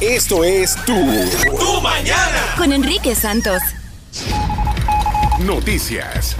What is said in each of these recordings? Esto es Tu, ¡Tu mañana! Con Enrique Santos. Noticias.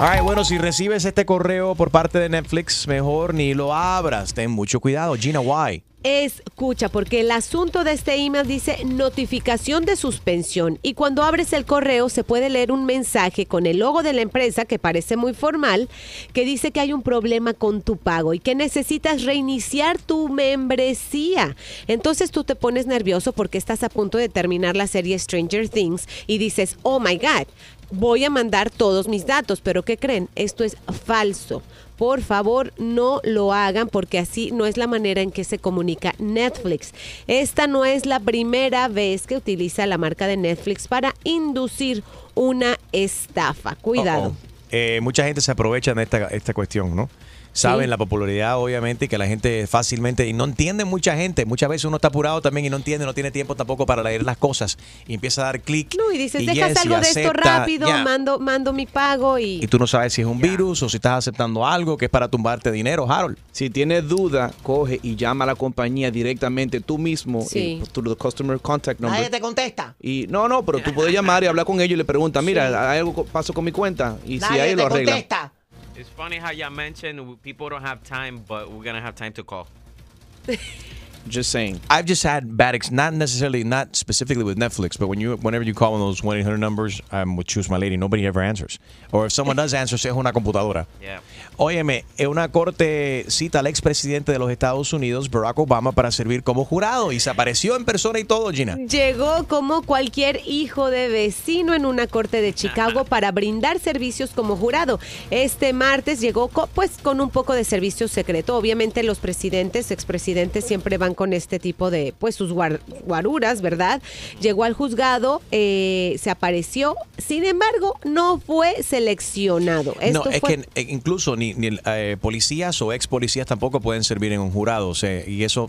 Ay, bueno, si recibes este correo por parte de Netflix, mejor ni lo abras. Ten mucho cuidado, Gina Why. Escucha, porque el asunto de este email dice notificación de suspensión y cuando abres el correo se puede leer un mensaje con el logo de la empresa que parece muy formal, que dice que hay un problema con tu pago y que necesitas reiniciar tu membresía. Entonces tú te pones nervioso porque estás a punto de terminar la serie Stranger Things y dices, oh my god, voy a mandar todos mis datos, pero ¿qué creen? Esto es falso. Por favor, no lo hagan porque así no es la manera en que se comunica Netflix. Esta no es la primera vez que utiliza la marca de Netflix para inducir una estafa. Cuidado. Uh-oh. Eh, mucha gente se aprovecha de esta, esta cuestión, ¿no? Saben Sí. la popularidad, obviamente, y que la gente fácilmente. Y no entiende mucha gente. Muchas veces uno está apurado también y no entiende, no tiene tiempo tampoco para leer las cosas. Y empieza a dar clic. No, y dices, dejas yes, y algo de esto acepta, rápido, ya. mando, mando mi pago y... Y tú no sabes si es un virus o si estás aceptando algo que es para tumbarte este dinero, Harold. Si tienes duda, coge y llama a la compañía directamente tú mismo Sí. eh, through the customer contact number. Nadie te contesta. Y no, no, pero tú puedes llamar y hablar con ellos y le preguntas, mira, hay algo co- pasó con mi cuenta y si Nadie ahí te lo arreglan. contesta. It's funny how y'all mentioned w- people don't have time, but we're gonna have time to call. Just saying. I've just had bad, ex- not necessarily, not specifically with Netflix, but when you, whenever you call on those 1 800 numbers, I would choose my lady. Nobody ever answers. Or if someone does answer, es una computadora. Yeah. Óyeme, eh, una corte cita al expresidente de los Estados Unidos, Barack Obama, para servir como jurado y se apareció en persona y todo, Gina. Llegó como cualquier hijo de vecino en una corte de Chicago para brindar servicios como jurado. Este martes llegó co- pues con un poco de servicio secreto. Obviamente los presidentes, expresidentes siempre van con este tipo de pues sus guar- guaruras, ¿verdad? Llegó al juzgado, eh, se apareció, sin embargo no fue seleccionado. Esto no, es fue- que eh, incluso ni, ni, eh, policías o ex policías tampoco pueden servir en un jurado, o sea, y eso...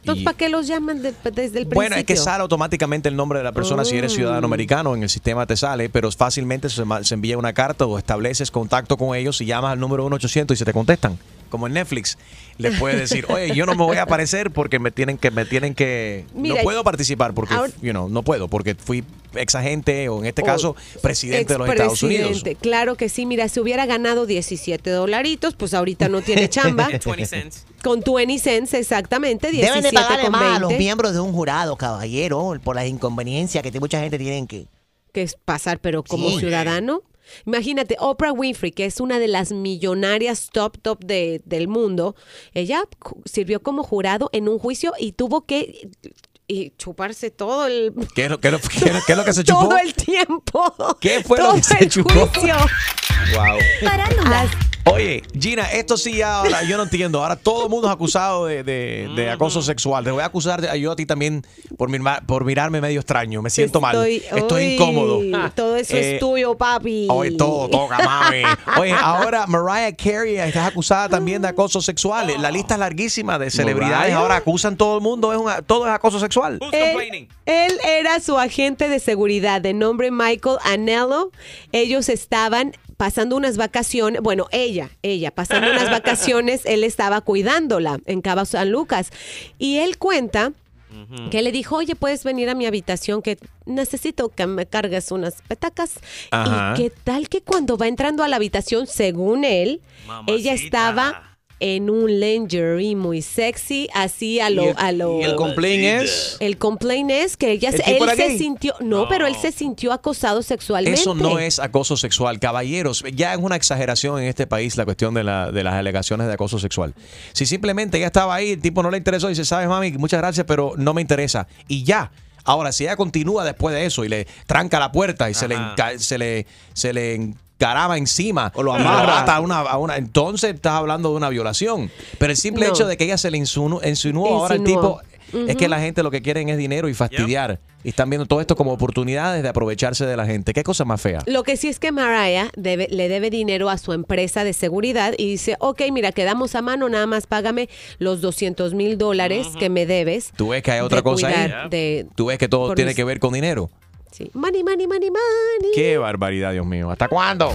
Entonces, y- ¿para qué los llaman de- desde el principio? Bueno, es que sale automáticamente el nombre de la persona si eres ciudadano Mm. americano, en el sistema te sale, pero fácilmente se, ma- se envía una carta o estableces contacto con ellos y llamas al número 1-800 y se te contestan. Como en Netflix, le puedes decir, oye, yo no me voy a aparecer porque me tienen que, me tienen que, Mira, no puedo participar porque, ahora- you know, no puedo porque fui ex agente o en este O caso presidente de los Estados Unidos. Expresidente, Claro que sí, mira, si hubiera ganado 17 dolaritos, pues ahorita no tiene chamba. 20 cents. Con 20 cents, exactamente, 17 Deben de pagarle con más a los 20, miembros de un jurado, caballero, por las inconveniencias que mucha gente tiene que. que es pasar, pero como Sí. ciudadano. Imagínate, Oprah Winfrey, que es una de las millonarias top, top de- del mundo, ella cu- sirvió como jurado en un juicio y tuvo que y chuparse todo el... ¿Qué es, lo, qué es lo- qué es lo- qué es lo que se chupó? Todo el tiempo. ¿Qué fue lo Todo que se el chupó? juicio. Wow. Parándula. Oye, Gina, esto sí ya ahora, yo no entiendo. Ahora todo el mundo es acusado de, de- de acoso sexual. Te voy a acusar de- yo a ti también por, mirma- por mirarme medio extraño. Me siento mal. Estoy uy, incómodo. Todo eso Eh, es tuyo, papi. Oye, todo toca, mami. Oye, ahora Mariah Carey está acusada también de acoso sexual. La lista es larguísima de celebridades. Mariah. Ahora acusan todo el mundo. Es una- todo es acoso sexual. Who's Él, complaining? él era su agente de seguridad de nombre Michael Anello. Ellos estaban pasando unas vacaciones, bueno, ella, ella, pasando unas vacaciones, él estaba cuidándola en Cabo San Lucas. Y él cuenta que le dijo, oye, puedes venir a mi habitación que necesito que me cargues unas petacas. Ajá. Y qué tal que cuando va entrando a la habitación, según él, ella Mamacita. estaba en un lingerie muy sexy, así a Y lo... el, a lo y el complaint es... el complaint es que ella, ¿El se- tipo él era se gay? sintió, no, No. pero él se sintió acosado sexualmente. Eso no es acoso sexual, caballeros. Ya es una exageración en este país la cuestión de, la- de las alegaciones de acoso sexual. Si simplemente ella estaba ahí, el tipo no le interesó y dice, sabes, mami, muchas gracias, pero no me interesa. Y ya. Ahora, si ella continúa después de eso y le tranca la puerta y se le, Ajá. enca- se le se le encaraba encima O lo y amarra. ata a una, a una- entonces estás hablando de una violación. Pero el simple No. hecho de que ella se le insinu- insinuó, ahora el Insinuó. tipo... Es que la gente lo que quieren es dinero y fastidiar. Y están viendo todo esto como oportunidades de aprovecharse de la gente. ¿Qué cosa más fea? Lo que sí es que Mariah debe- le debe dinero a su empresa de seguridad y dice, ok, mira, quedamos a mano, nada más págame los 200 mil dólares que me debes. Tú ves que hay otra de cosa ahí. cuidar de- Tú ves que todo por tiene mis- que ver con dinero. sí. Money, money, money, money. Qué barbaridad, Dios mío. ¿Hasta cuándo?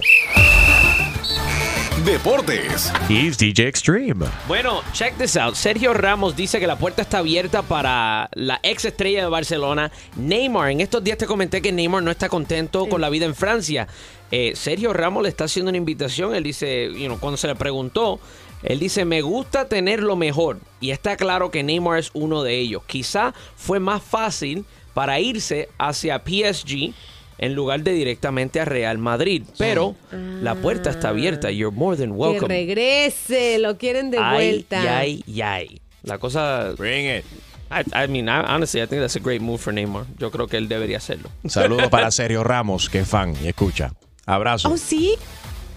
Deportes. He's DJ Extreme. Bueno, check this out. Sergio Ramos dice que la puerta está abierta para la ex estrella de Barcelona, Neymar. En estos días te comenté que Neymar no está contento con la vida en Francia. Eh, Sergio Ramos le está haciendo una invitación. Él dice, you know, cuando se le preguntó, él dice, me gusta tener lo mejor. Y está claro que Neymar es uno de ellos. Quizá fue más fácil para irse hacia PSG en lugar de directamente a Real Madrid. Pero la puerta está abierta. You're more than Que welcome. regrese, lo quieren de Ay, vuelta. Ay, ay, ay. La cosa. Bring it. I, I mean, I- honestly, I think that's a great move for Neymar. Yo creo que él debería hacerlo. Saludos para Sergio Ramos, que es fan y escucha. Abrazo. Oh, sí.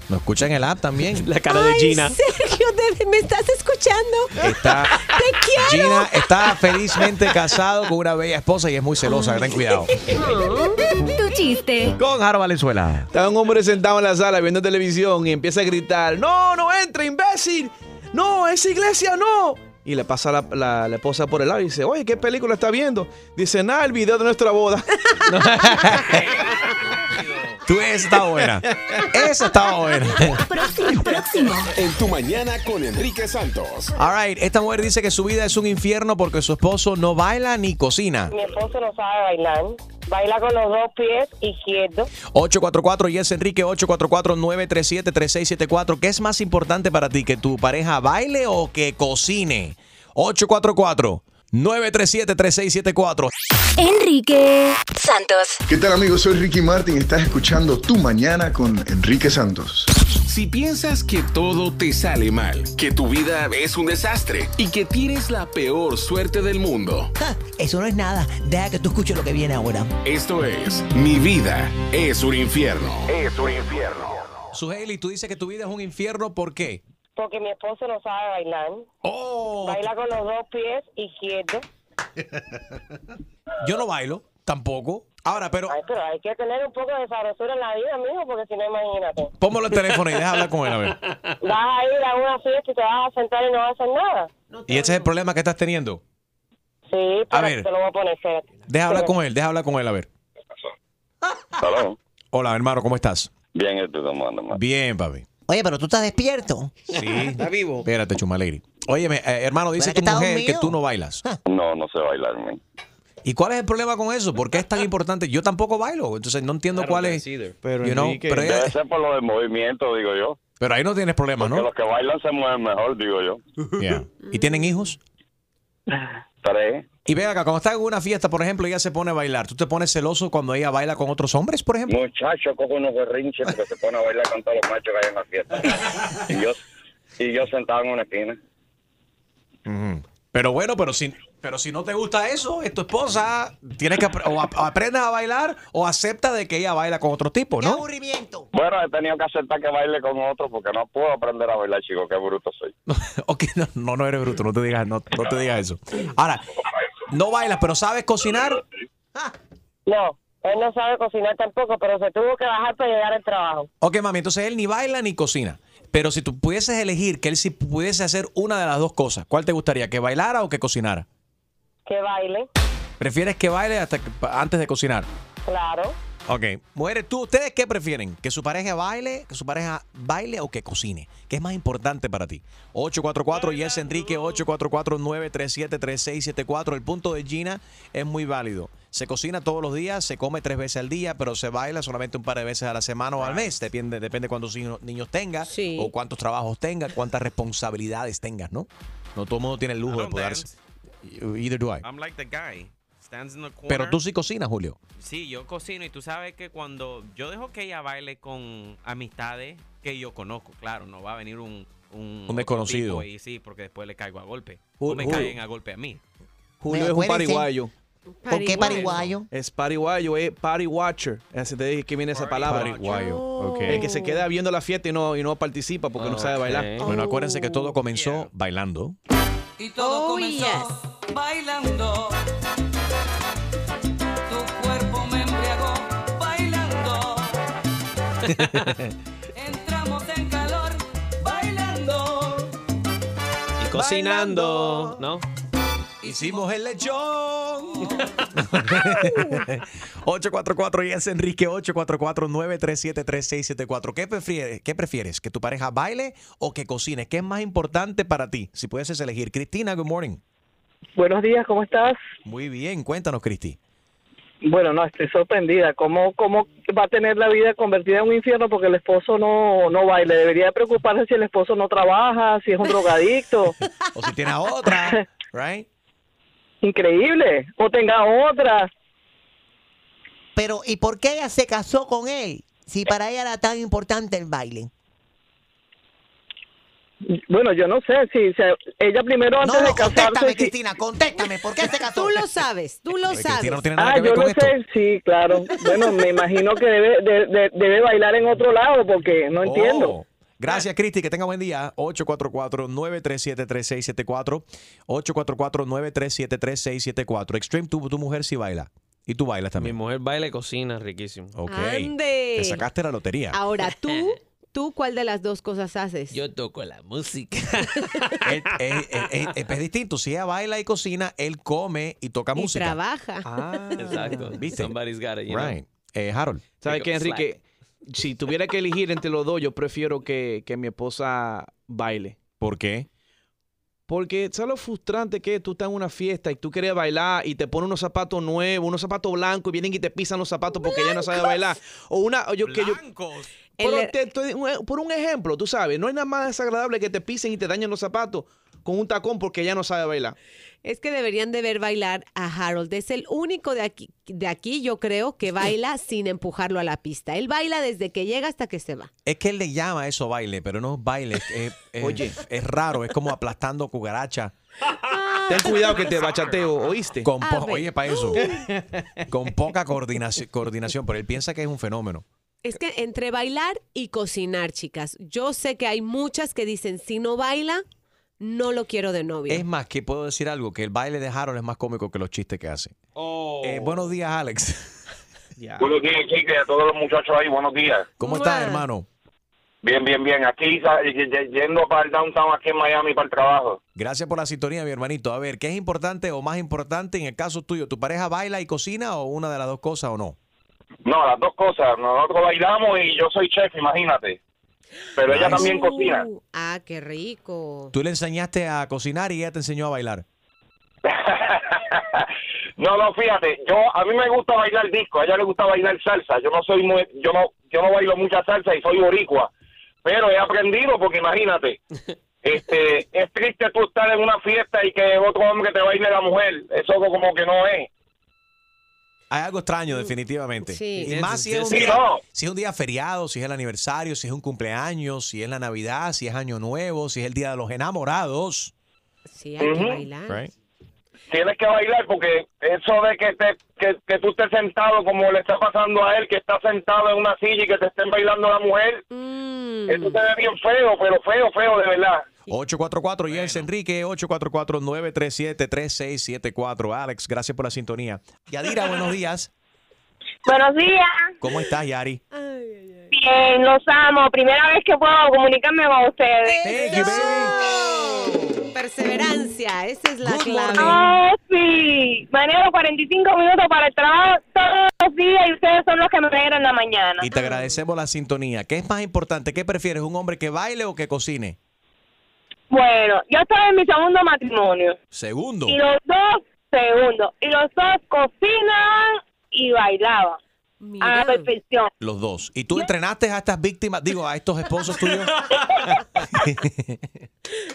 Nos escucha en el app también. La cara de Ay, Gina. Sergio, de- me estás escuchando. Está, Te quiero. Gina está felizmente casado con una bella esposa y es muy celosa. Ten cuidado. Tu chiste. Con Jaro Valenzuela. Estaba un hombre sentado en la sala viendo televisión y empieza a gritar, no, no entre, imbécil, no, esa iglesia no. Y le pasa la, la- la esposa por el lado y dice, oye, ¿qué película está viendo? Dice, nada, el video de nuestra boda. Tú, esa está buena. Esa está buena. Próximo, próximo. En tu mañana con Enrique Santos. All right, esta mujer dice que su vida es un infierno porque su esposo no baila ni cocina. Mi esposo no sabe bailar. Baila con los dos pies izquierdos. 844 Yes Enrique 844-937-3674. ¿Qué es más importante para ti, que tu pareja baile o que cocine? 844 937-3674. Enrique Santos. ¿Qué tal amigos? Soy Ricky Martin y estás escuchando Tu Mañana con Enrique Santos. Si piensas que todo te sale mal, que tu vida es un desastre y que tienes la peor suerte del mundo, Ja, Ah, Eso no es nada. Deja que tú escuches lo que viene ahora. esto es Mi vida es un infierno. Es un infierno. Suheli, tú dices que tu vida es un infierno, ¿por qué? Porque mi esposo no sabe bailar. Oh, Baila con los dos pies izquierdos. yo no bailo, tampoco. Ahora, pero Ay, pero hay que tener un poco de sabrosura en la vida, mijo, porque si no, imagínate. póngalo el teléfono y deja hablar con él, a ver. Vas a ir a una fiesta y te vas a sentar y no vas a hacer nada. Y ese es el problema que estás teniendo. Sí, A pero ver. te lo voy a poner. espérate. Deja hablar con él, deja hablar con él, a ver. Aló. Hola, hermano, ¿cómo estás? Bien, estoy tomando más. Bien, papi. Oye, pero tú estás despierto. ¿Está vivo? Espérate, Chumaleri. Óyeme, eh, hermano, dice Bueno, que tu está mujer que dormido. Ah. tú no bailas. No, no sé bailar, man. ¿Y cuál es el problema con eso? ¿Por qué es tan importante? Yo tampoco bailo, entonces no entiendo cuál es. Pero you know, Enrique- pero, Debe ella- ser por lo del movimiento, digo yo. pero ahí no tienes problemas, Porque ¿no? los que bailan se mueven mejor, digo yo. Yeah. ¿Y tienen hijos? Tres. Y ve acá, cuando estás en una fiesta, por ejemplo, ella se pone a bailar. ¿Tú te pones celoso cuando ella baila con otros hombres, por ejemplo? Muchachos, cojo unos berrinches porque se pone a bailar con todos los machos que hay en la fiesta. Y yo, y yo sentado en una esquina. Pero bueno, pero si, pero si no te gusta eso, es tu esposa. Tienes que apre- o ap- o aprendes a bailar o acepta de que ella baila con otro tipo, ¡Qué ¿no? aburrimiento! Bueno, he tenido que aceptar que baile con otro porque no puedo aprender a bailar, chico. Qué bruto soy. Ok, no, no, no eres bruto, no te digas, no, no te digas eso. Ahora, no bailas, pero sabes cocinar. No, él no sabe cocinar tampoco, pero se tuvo que bajar para llegar al trabajo. Ok, mami, entonces él ni baila ni cocina. Pero si tú pudieses elegir que él sí pudiese hacer una de las dos cosas, ¿cuál te gustaría? ¿Que bailara o que cocinara? Que baile, ¿Prefieres que baile hasta que- pa- antes de cocinar? claro. Ok. Mujeres, ¿tú ustedes qué prefieren? ¿Que su pareja baile, que su pareja baile o que cocine? ¿Qué es más importante para ti? 844 Yes Enrique 844-937-3674. El punto de Gina es muy válido. Se cocina todos los días, se come tres veces al día, pero se baila solamente un par de veces a la semana o al mes. Depende, depende cuántos hijo- niños tengas Sí. o cuántos trabajos tengas, cuántas responsabilidades tengas, ¿no? No todo el mundo tiene el lujo I de don't poder. dance. Either do I. I'm like the guy. Stands in the corner. Pero tú sí cocinas, Julio. Sí, yo cocino y tú sabes que cuando yo dejo que ella baile con amistades que yo conozco, claro, no va a venir un... Un, otro desconocido. tipo Y sí, porque después le caigo a golpe. Ju- O me ju- caen a golpe a mí. Julio Bueno, es un acuérdense. pariguayo. ¿Por qué Pariguayo. pariguayo? Es pariguayo, es party watcher. Así te dije que viene esa palabra. Pariguayo. Ok. El que se queda viendo la fiesta y no, y no participa porque no sabe bailar. Ok. Oh, Bueno, acuérdense que todo comenzó bailando. Y todo comenzó bailando. Tu cuerpo me embriagó bailando. Entramos en calor bailando. Y cocinando, ¿no? Hicimos el lechón. 844 y es Enrique 844-937-3674. ¿Qué prefieres? ¿Qué prefieres? ¿Que tu pareja baile o que cocine? ¿Qué es más importante para ti? Si pudieses elegir. Cristina, good morning. Buenos días, ¿cómo estás? Muy bien, cuéntanos, Cristi. Bueno, no, estoy sorprendida. ¿Cómo, ¿Cómo va a tener la vida convertida en un infierno porque el esposo no, no baile? Debería preocuparse si el esposo no trabaja, si es un drogadicto. O si tiene a otra, right? Increíble. O tenga otra. Pero, ¿y por qué ella se casó con él? Si para ella era tan importante el baile. Bueno, yo no sé si se- ella primero antes No, de no, casarse. contéstame, si- Cristina, contéstame. ¿Por qué se casó? Tú lo sabes, tú lo sabes. ah, yo no sé, sí, claro. Bueno, me imagino que debe, de- de- debe bailar en otro lado porque no entiendo. Oh. Gracias, Cristi. Que tenga buen día. 844-937-3674. 844-937-3674. Extreme, tu, tu mujer sí baila. Y tú bailas también. Mi mujer baila y cocina, riquísimo. Ok. Ande. Te sacaste la lotería. Ahora tú, tú cuál de las dos cosas haces? Yo toco la música. es, es- es- es- es distinto. Si ella baila y cocina, él come y toca y música. Ah. trabaja. Exacto. ¿Viste? Somebody's got it, you know. Right. Eh, Harold. ¿Sabes qué, Enrique? Si tuviera que elegir entre los dos, yo prefiero que, que mi esposa baile. ¿Por qué? Porque, ¿sabes lo frustrante que es? Tú estás en una fiesta y tú quieres bailar y te ponen unos zapatos nuevos, unos zapatos blancos y vienen y te pisan los zapatos porque ya no sabes bailar. O una. o yo, que yo, Pero te- te- un- eh, por un ejemplo, tú sabes, no hay nada más desagradable que te pisen y te dañen los zapatos con un tacón porque ya no sabe bailar. Es que deberían de ver bailar a Harold. Es el único de aquí, de aquí yo creo, que baila sin empujarlo a la pista. Él baila desde que llega hasta que se va. Es que él le llama eso baile, pero no es baile. es- Es, es- Oye. es raro, es como aplastando cucaracha. Ten cuidado que te bachateo, ¿oíste? Con po- A ver. oye, para eso. Con poca coordinación, coordinación, pero él piensa que es un fenómeno. Es que entre bailar y cocinar, chicas. Yo sé que hay muchas que dicen, si no baila, no lo quiero de novio. Es más, que puedo decir algo, que el baile de Harold es más cómico que los chistes que hace. Oh. Eh, buenos días, Alex. Buenos días, Kike, a todos los muchachos ahí, buenos días. ¿Cómo estás, hermano? Bien, bien, bien. Aquí sa- y- y- yendo para el downtown aquí en Miami para el trabajo. Gracias por la sintonía, mi hermanito. A ver, ¿qué es importante o más importante en el caso tuyo? ¿Tu pareja baila y cocina o una de las dos cosas o no? No, las dos cosas. Nosotros bailamos y yo soy chef, imagínate. Pero ella Nice. también cocina. Uh, ah, qué rico. Tú le enseñaste a cocinar y ella te enseñó a bailar. No, no, fíjate, yo a mí me gusta bailar disco, a ella le gusta bailar salsa. Yo no soy muy, yo no, yo no bailo mucha salsa y soy boricua, pero he aprendido porque imagínate, este, es triste tú estar en una fiesta y que otro hombre te baile la mujer, eso como que no es. Hay algo extraño, definitivamente. Mm. Sí. Y más si es, un Sí, día, no. si es un día feriado, si es el aniversario, si es un cumpleaños, si es la Navidad, si es Año Nuevo, si es el Día de los Enamorados. Sí, hay que Ujú. bailar. Right. Tienes que bailar porque eso de que, te, que, que tú estés sentado como le está pasando a él, que está sentado en una silla y que te estén bailando la mujer, eso se ve bien feo, pero feo, feo de verdad. 844 y es Enrique, 844-937-3674. Alex, gracias por la sintonía. Yadira, buenos días. Buenos días. ¿Cómo estás, Yari? Bien, los amo. Primera vez que puedo comunicarme con ustedes. Perseverancia, esa es la clave. Ah. Oh, sí. Manejo 45 minutos para el trabajo todos los días y ustedes son los que me alegran la mañana. Y te agradecemos la sintonía. ¿Qué es más importante? ¿Qué prefieres, un hombre que baile o que cocine? Bueno, yo estoy en mi segundo matrimonio. Segundo. Y los dos, segundo. Y los dos cocinaban y bailaban. A la perfección. Los dos. ¿Y tú entrenaste a estas víctimas, digo, a estos esposos tuyos?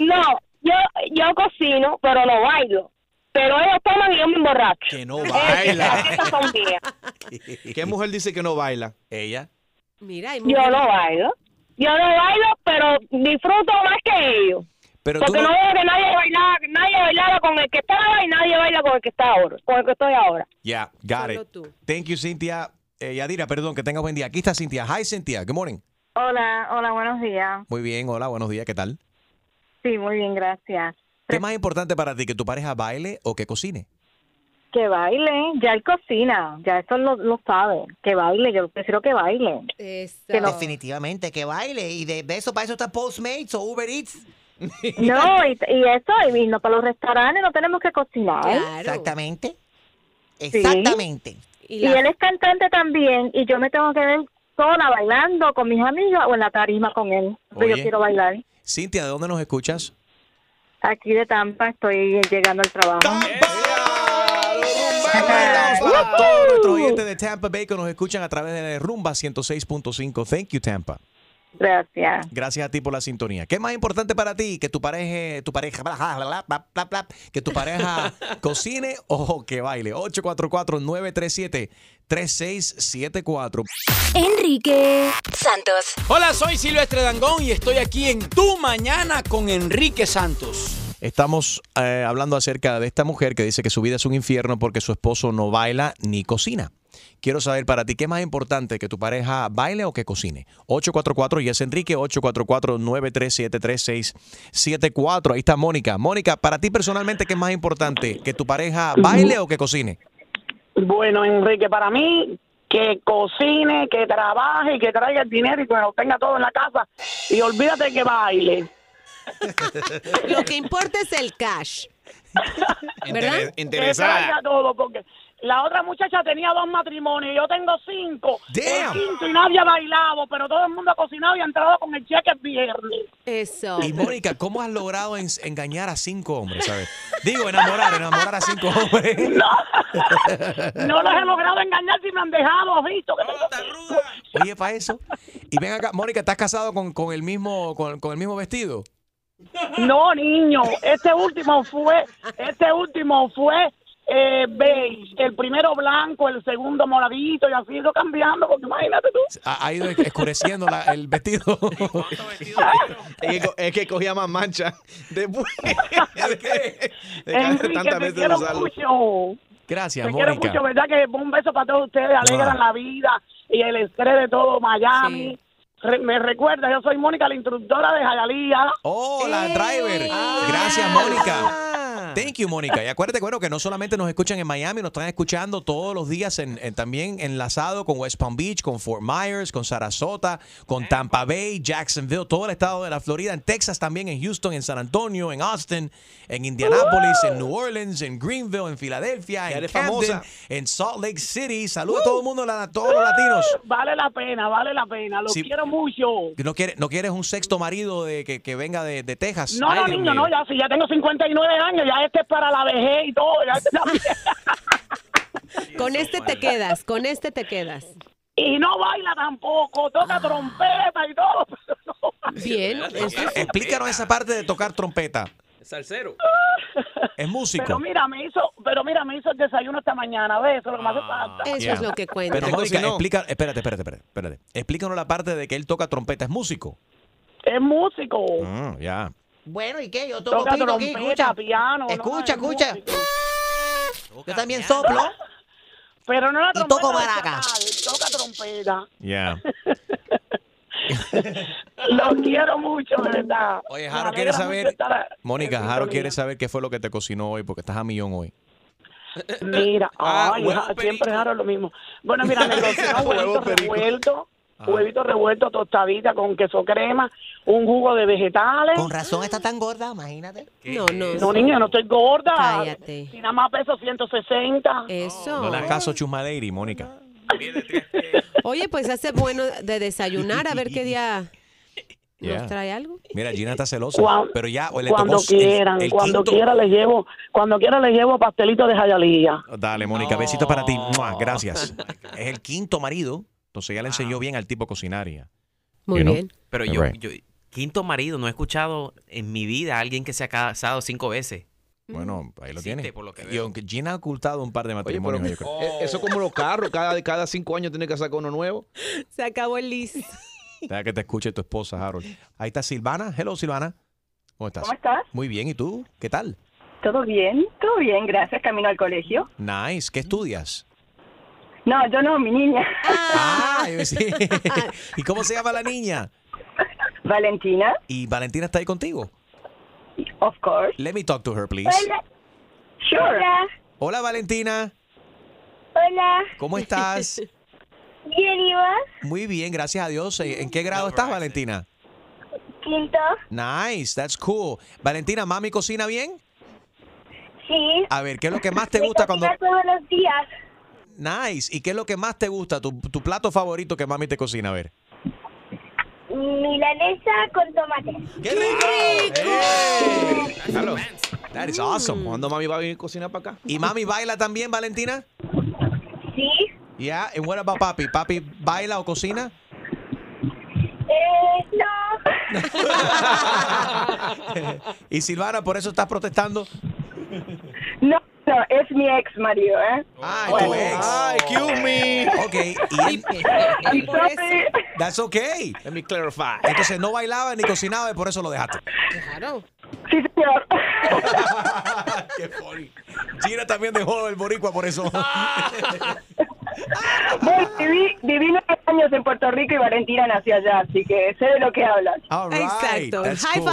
No, yo, yo cocino, pero no bailo. Pero ellos toman y yo me emborracho. Que no Esas- baila. esas son mías. ¿Qué mujer dice que no baila? Ella. Mira, hay Yo no bailo. Yo no bailo, pero disfruto más que ellos. Pero tú Porque no- no veo que nadie bailaba, nadie bailaba con el que estaba y nadie baila con el que está ahora, con el que estoy ahora. Ya, got it. Thank you, Cintia. Eh, Yadira, perdón, que tenga buen día. Aquí está Cintia. Hi, Cintia. Good morning. Hola, hola, buenos días. Muy bien, hola, buenos días, ¿qué tal? Sí, muy bien, gracias. ¿Qué es más importante para ti, que tu pareja baile o que cocine? Que baile, ya él cocina, ya eso lo, lo sabe. Que baile, yo prefiero que baile. Eh. Que no- Definitivamente, que baile. Y de, de eso, para eso está Postmates o Uber Eats. ¿eh? No, y, y eso, y no para los restaurantes no tenemos que cocinar. Exactamente. Exactamente. Y, él es cantante también y yo me tengo que ver sola bailando con mis amigos o en la tarima con él. Porque Oye. Yo quiero bailar. Cintia, ¿de dónde nos escuchas? Aquí de Tampa estoy llegando al trabajo. Para todos nuestros oyentes de Tampa Bay que nos escuchan a través de Rumba 106.5. Thank you, Tampa. Gracias. Gracias a ti por la sintonía. ¿Qué es más importante para ti? Que tu pareja, tu pareja, bla, bla, bla, bla, bla, bla, que tu pareja cocine o que baile. 844-937-3674. Enrique Santos. Hola, soy Silvestre Dangón y estoy aquí en Tu Mañana con Enrique Santos. Estamos eh, hablando acerca de esta mujer que dice que su vida es un infierno porque su esposo no baila ni cocina. Quiero saber para ti, ¿qué es más importante, que tu pareja baile o que cocine? 844 y es Enrique, 844-937-3674. Ahí está Mónica. Mónica, para ti personalmente, ¿qué es más importante, que tu pareja baile o que cocine? Bueno, Enrique, para mí, que cocine, que trabaje, que traiga el dinero y que lo tenga todo en la casa. Y olvídate que baile. Lo que importa es el cash. ¿Verdad? Que traiga todo, porque la otra muchacha tenía dos matrimonios y yo tengo cinco. El quinto y nadie ha bailado, pero todo el mundo ha cocinado y ha entrado con el cheque el viernes. Eso. Y Mónica, ¿cómo has logrado en- engañar a cinco hombres? ¿sabes? Digo, enamorar, enamorar a cinco hombres. No los he logrado engañar si me han dejado, visto. Que tengo cinco. Oye, para eso. Y ven acá, Mónica, ¿estás casado con, con el mismo con, con el mismo vestido? No, niño, este último fue, este último fue eh, beige, el primero blanco, el segundo moradito y así ido cambiando, porque imagínate tú. Ha, ha ido escureciendo la- el vestido. Es que, co- es que cogía más mancha después de que- de que hace Enrique, tantas te veces quiero usarlo. mucho. Gracias, Te quiero Mónica. mucho, ¿verdad? Que un beso para todos ustedes, Ah. alegran la vida y el estrés de todo Miami. Re- me recuerda, yo soy Mónica, la instructora de Jayalía. Ah. Hola, driver. Ah. Gracias, Mónica. Thank you, Mónica. Y acuérdate, bueno, que no solamente nos escuchan en Miami, nos están escuchando todos los días en, en- también enlazado con West Palm Beach, con Fort Myers, con Sarasota, con Tampa Bay, Jacksonville, todo el estado de la Florida, en Texas también, en Houston, en San Antonio, en Austin, en Indianapolis, en New Orleans, en Greenville, en Filadelfia, en eres Camden, famosa. en Salt Lake City. Saludos a todo el mundo, la- a todos los latinos. Vale la pena, vale la pena, los Sí. quiero mucho. ¿No quieres, no quieres un sexto marido de, que, que venga de, de Texas? No, Ay, no, Dios niño, mío. no, ya, si ya tengo 59 años, ya este es para la vejez y todo. Ya este también. Con este te quedas, con este te quedas. Ah. y no baila tampoco, toca trompeta y todo. pero no baila. Explícanos esa parte de tocar trompeta. Salsero. Es músico. Pero mira, me hizo, pero mira, me hizo el desayuno esta mañana, ¿ves? Eso es lo que me hace falta. Eso es Yeah. lo que cuenta. Ah. Pero Mónica, explica, espérate, espérate, espérate, espérate. Explícanos la parte de que él toca trompeta. ¿Es músico? Es músico. Mm, ya. Bueno, ¿y qué? Yo toco Toca pito aquí, trompeta, escucha. piano, no, Escucha, es escucha. Yo también soplo. Pero no la Y trompeta. toco de baraca. chacal, Toca trompeta. Ya. Los quiero mucho, de verdad. Oye, Me Jaro alegra quiere mucho saber. estar a- Mónica, en Jaro sintonía. quiere saber qué fue lo que te cocinó hoy, porque estás a millón hoy. Mira, Ah, ay, huevo ja- siempre Jaro lo mismo. Bueno, mira, me cocinó Huevo huevito perico. Ah. revuelto, huevito revuelto, tostadita con queso crema, un jugo de vegetales. Con razón está tan gorda, imagínate. No, no. No, niña, no estoy gorda. Cállate. Si nada más peso 160. Eso. No le hagas caso, Chusma Lady, Mónica. Oye, pues hace bueno de desayunar, a ver qué día Yeah. nos trae algo. Mira, Gina está celosa. Cuan- pero ya, o Pues le cuando tocó el- quieran, el cuando quinto- quiera les llevo, cuando quiera les llevo pastelito de jayalía. Dale, Mónica, besito para ti. Mua, Gracias. Es el quinto marido. Entonces ya le enseñó bien al tipo a cocinar. y ya. Muy You know? bien. Pero yo, Right. yo, quinto marido, no he escuchado en mi vida a alguien que se ha casado cinco veces. Bueno, ahí lo Existe, tiene. por lo que Y aunque Gina ha ocultado un par de Oye, pero matrimonios, yo creo. e- eso es como los carros, cada, cada cinco años tiene que sacar uno nuevo. Se acabó el list. Deja que te escuche tu esposa, Harold. Ahí está Silvana. Hello, Silvana. ¿Cómo estás? ¿Cómo estás? Muy bien. ¿Y tú? ¿Qué tal? ¿Todo bien? Todo bien, gracias. Camino al colegio. Nice. ¿Qué estudias? No, yo no, mi niña. Ah, yo sí. ¿Y cómo se llama la niña? Valentina, ¿Y Valentina está ahí contigo? of course. Let me talk to her, please. Sure. Hola. Hola, Valentina. Hola. ¿Cómo estás? Bien, ¿y Muy bien, gracias a Dios. Eh, ¿En qué grado estás, Valentina? Quinto. Nice, that's cool. Valentina, ¿mami cocina bien? Sí. A ver, Ah, ¿qué es lo que más te Me gusta cuando... cocina todos los días. Nice. ¿Y qué es lo que más te gusta? Tu, tu plato favorito que mami te cocina, a ver. Milanesa con tomate. ¡Qué That is Mm. awesome. ¿Cuándo mami va a venir a cocinar para acá? ¿Y mami baila también, Valentina? Sí. Yeah, and what about papi? ¿Papi baila o cocina? Eh, no. y Silvana, por eso estás protestando. No, no, es mi ex marido, ¿eh? Ay, Oh. tu ex. Ay, excuse me. Ok, y I'm sorry. that's okay. Let me clarify. Entonces no bailaba ni cocinaba y por eso lo dejaste. Claro. Sí, señor. Qué funny. Gina también dejó el boricua por eso. Bueno, viví, viví nueve años en Puerto Rico y Valentina nació allá, así que sé de lo que hablan. All right, that's cool.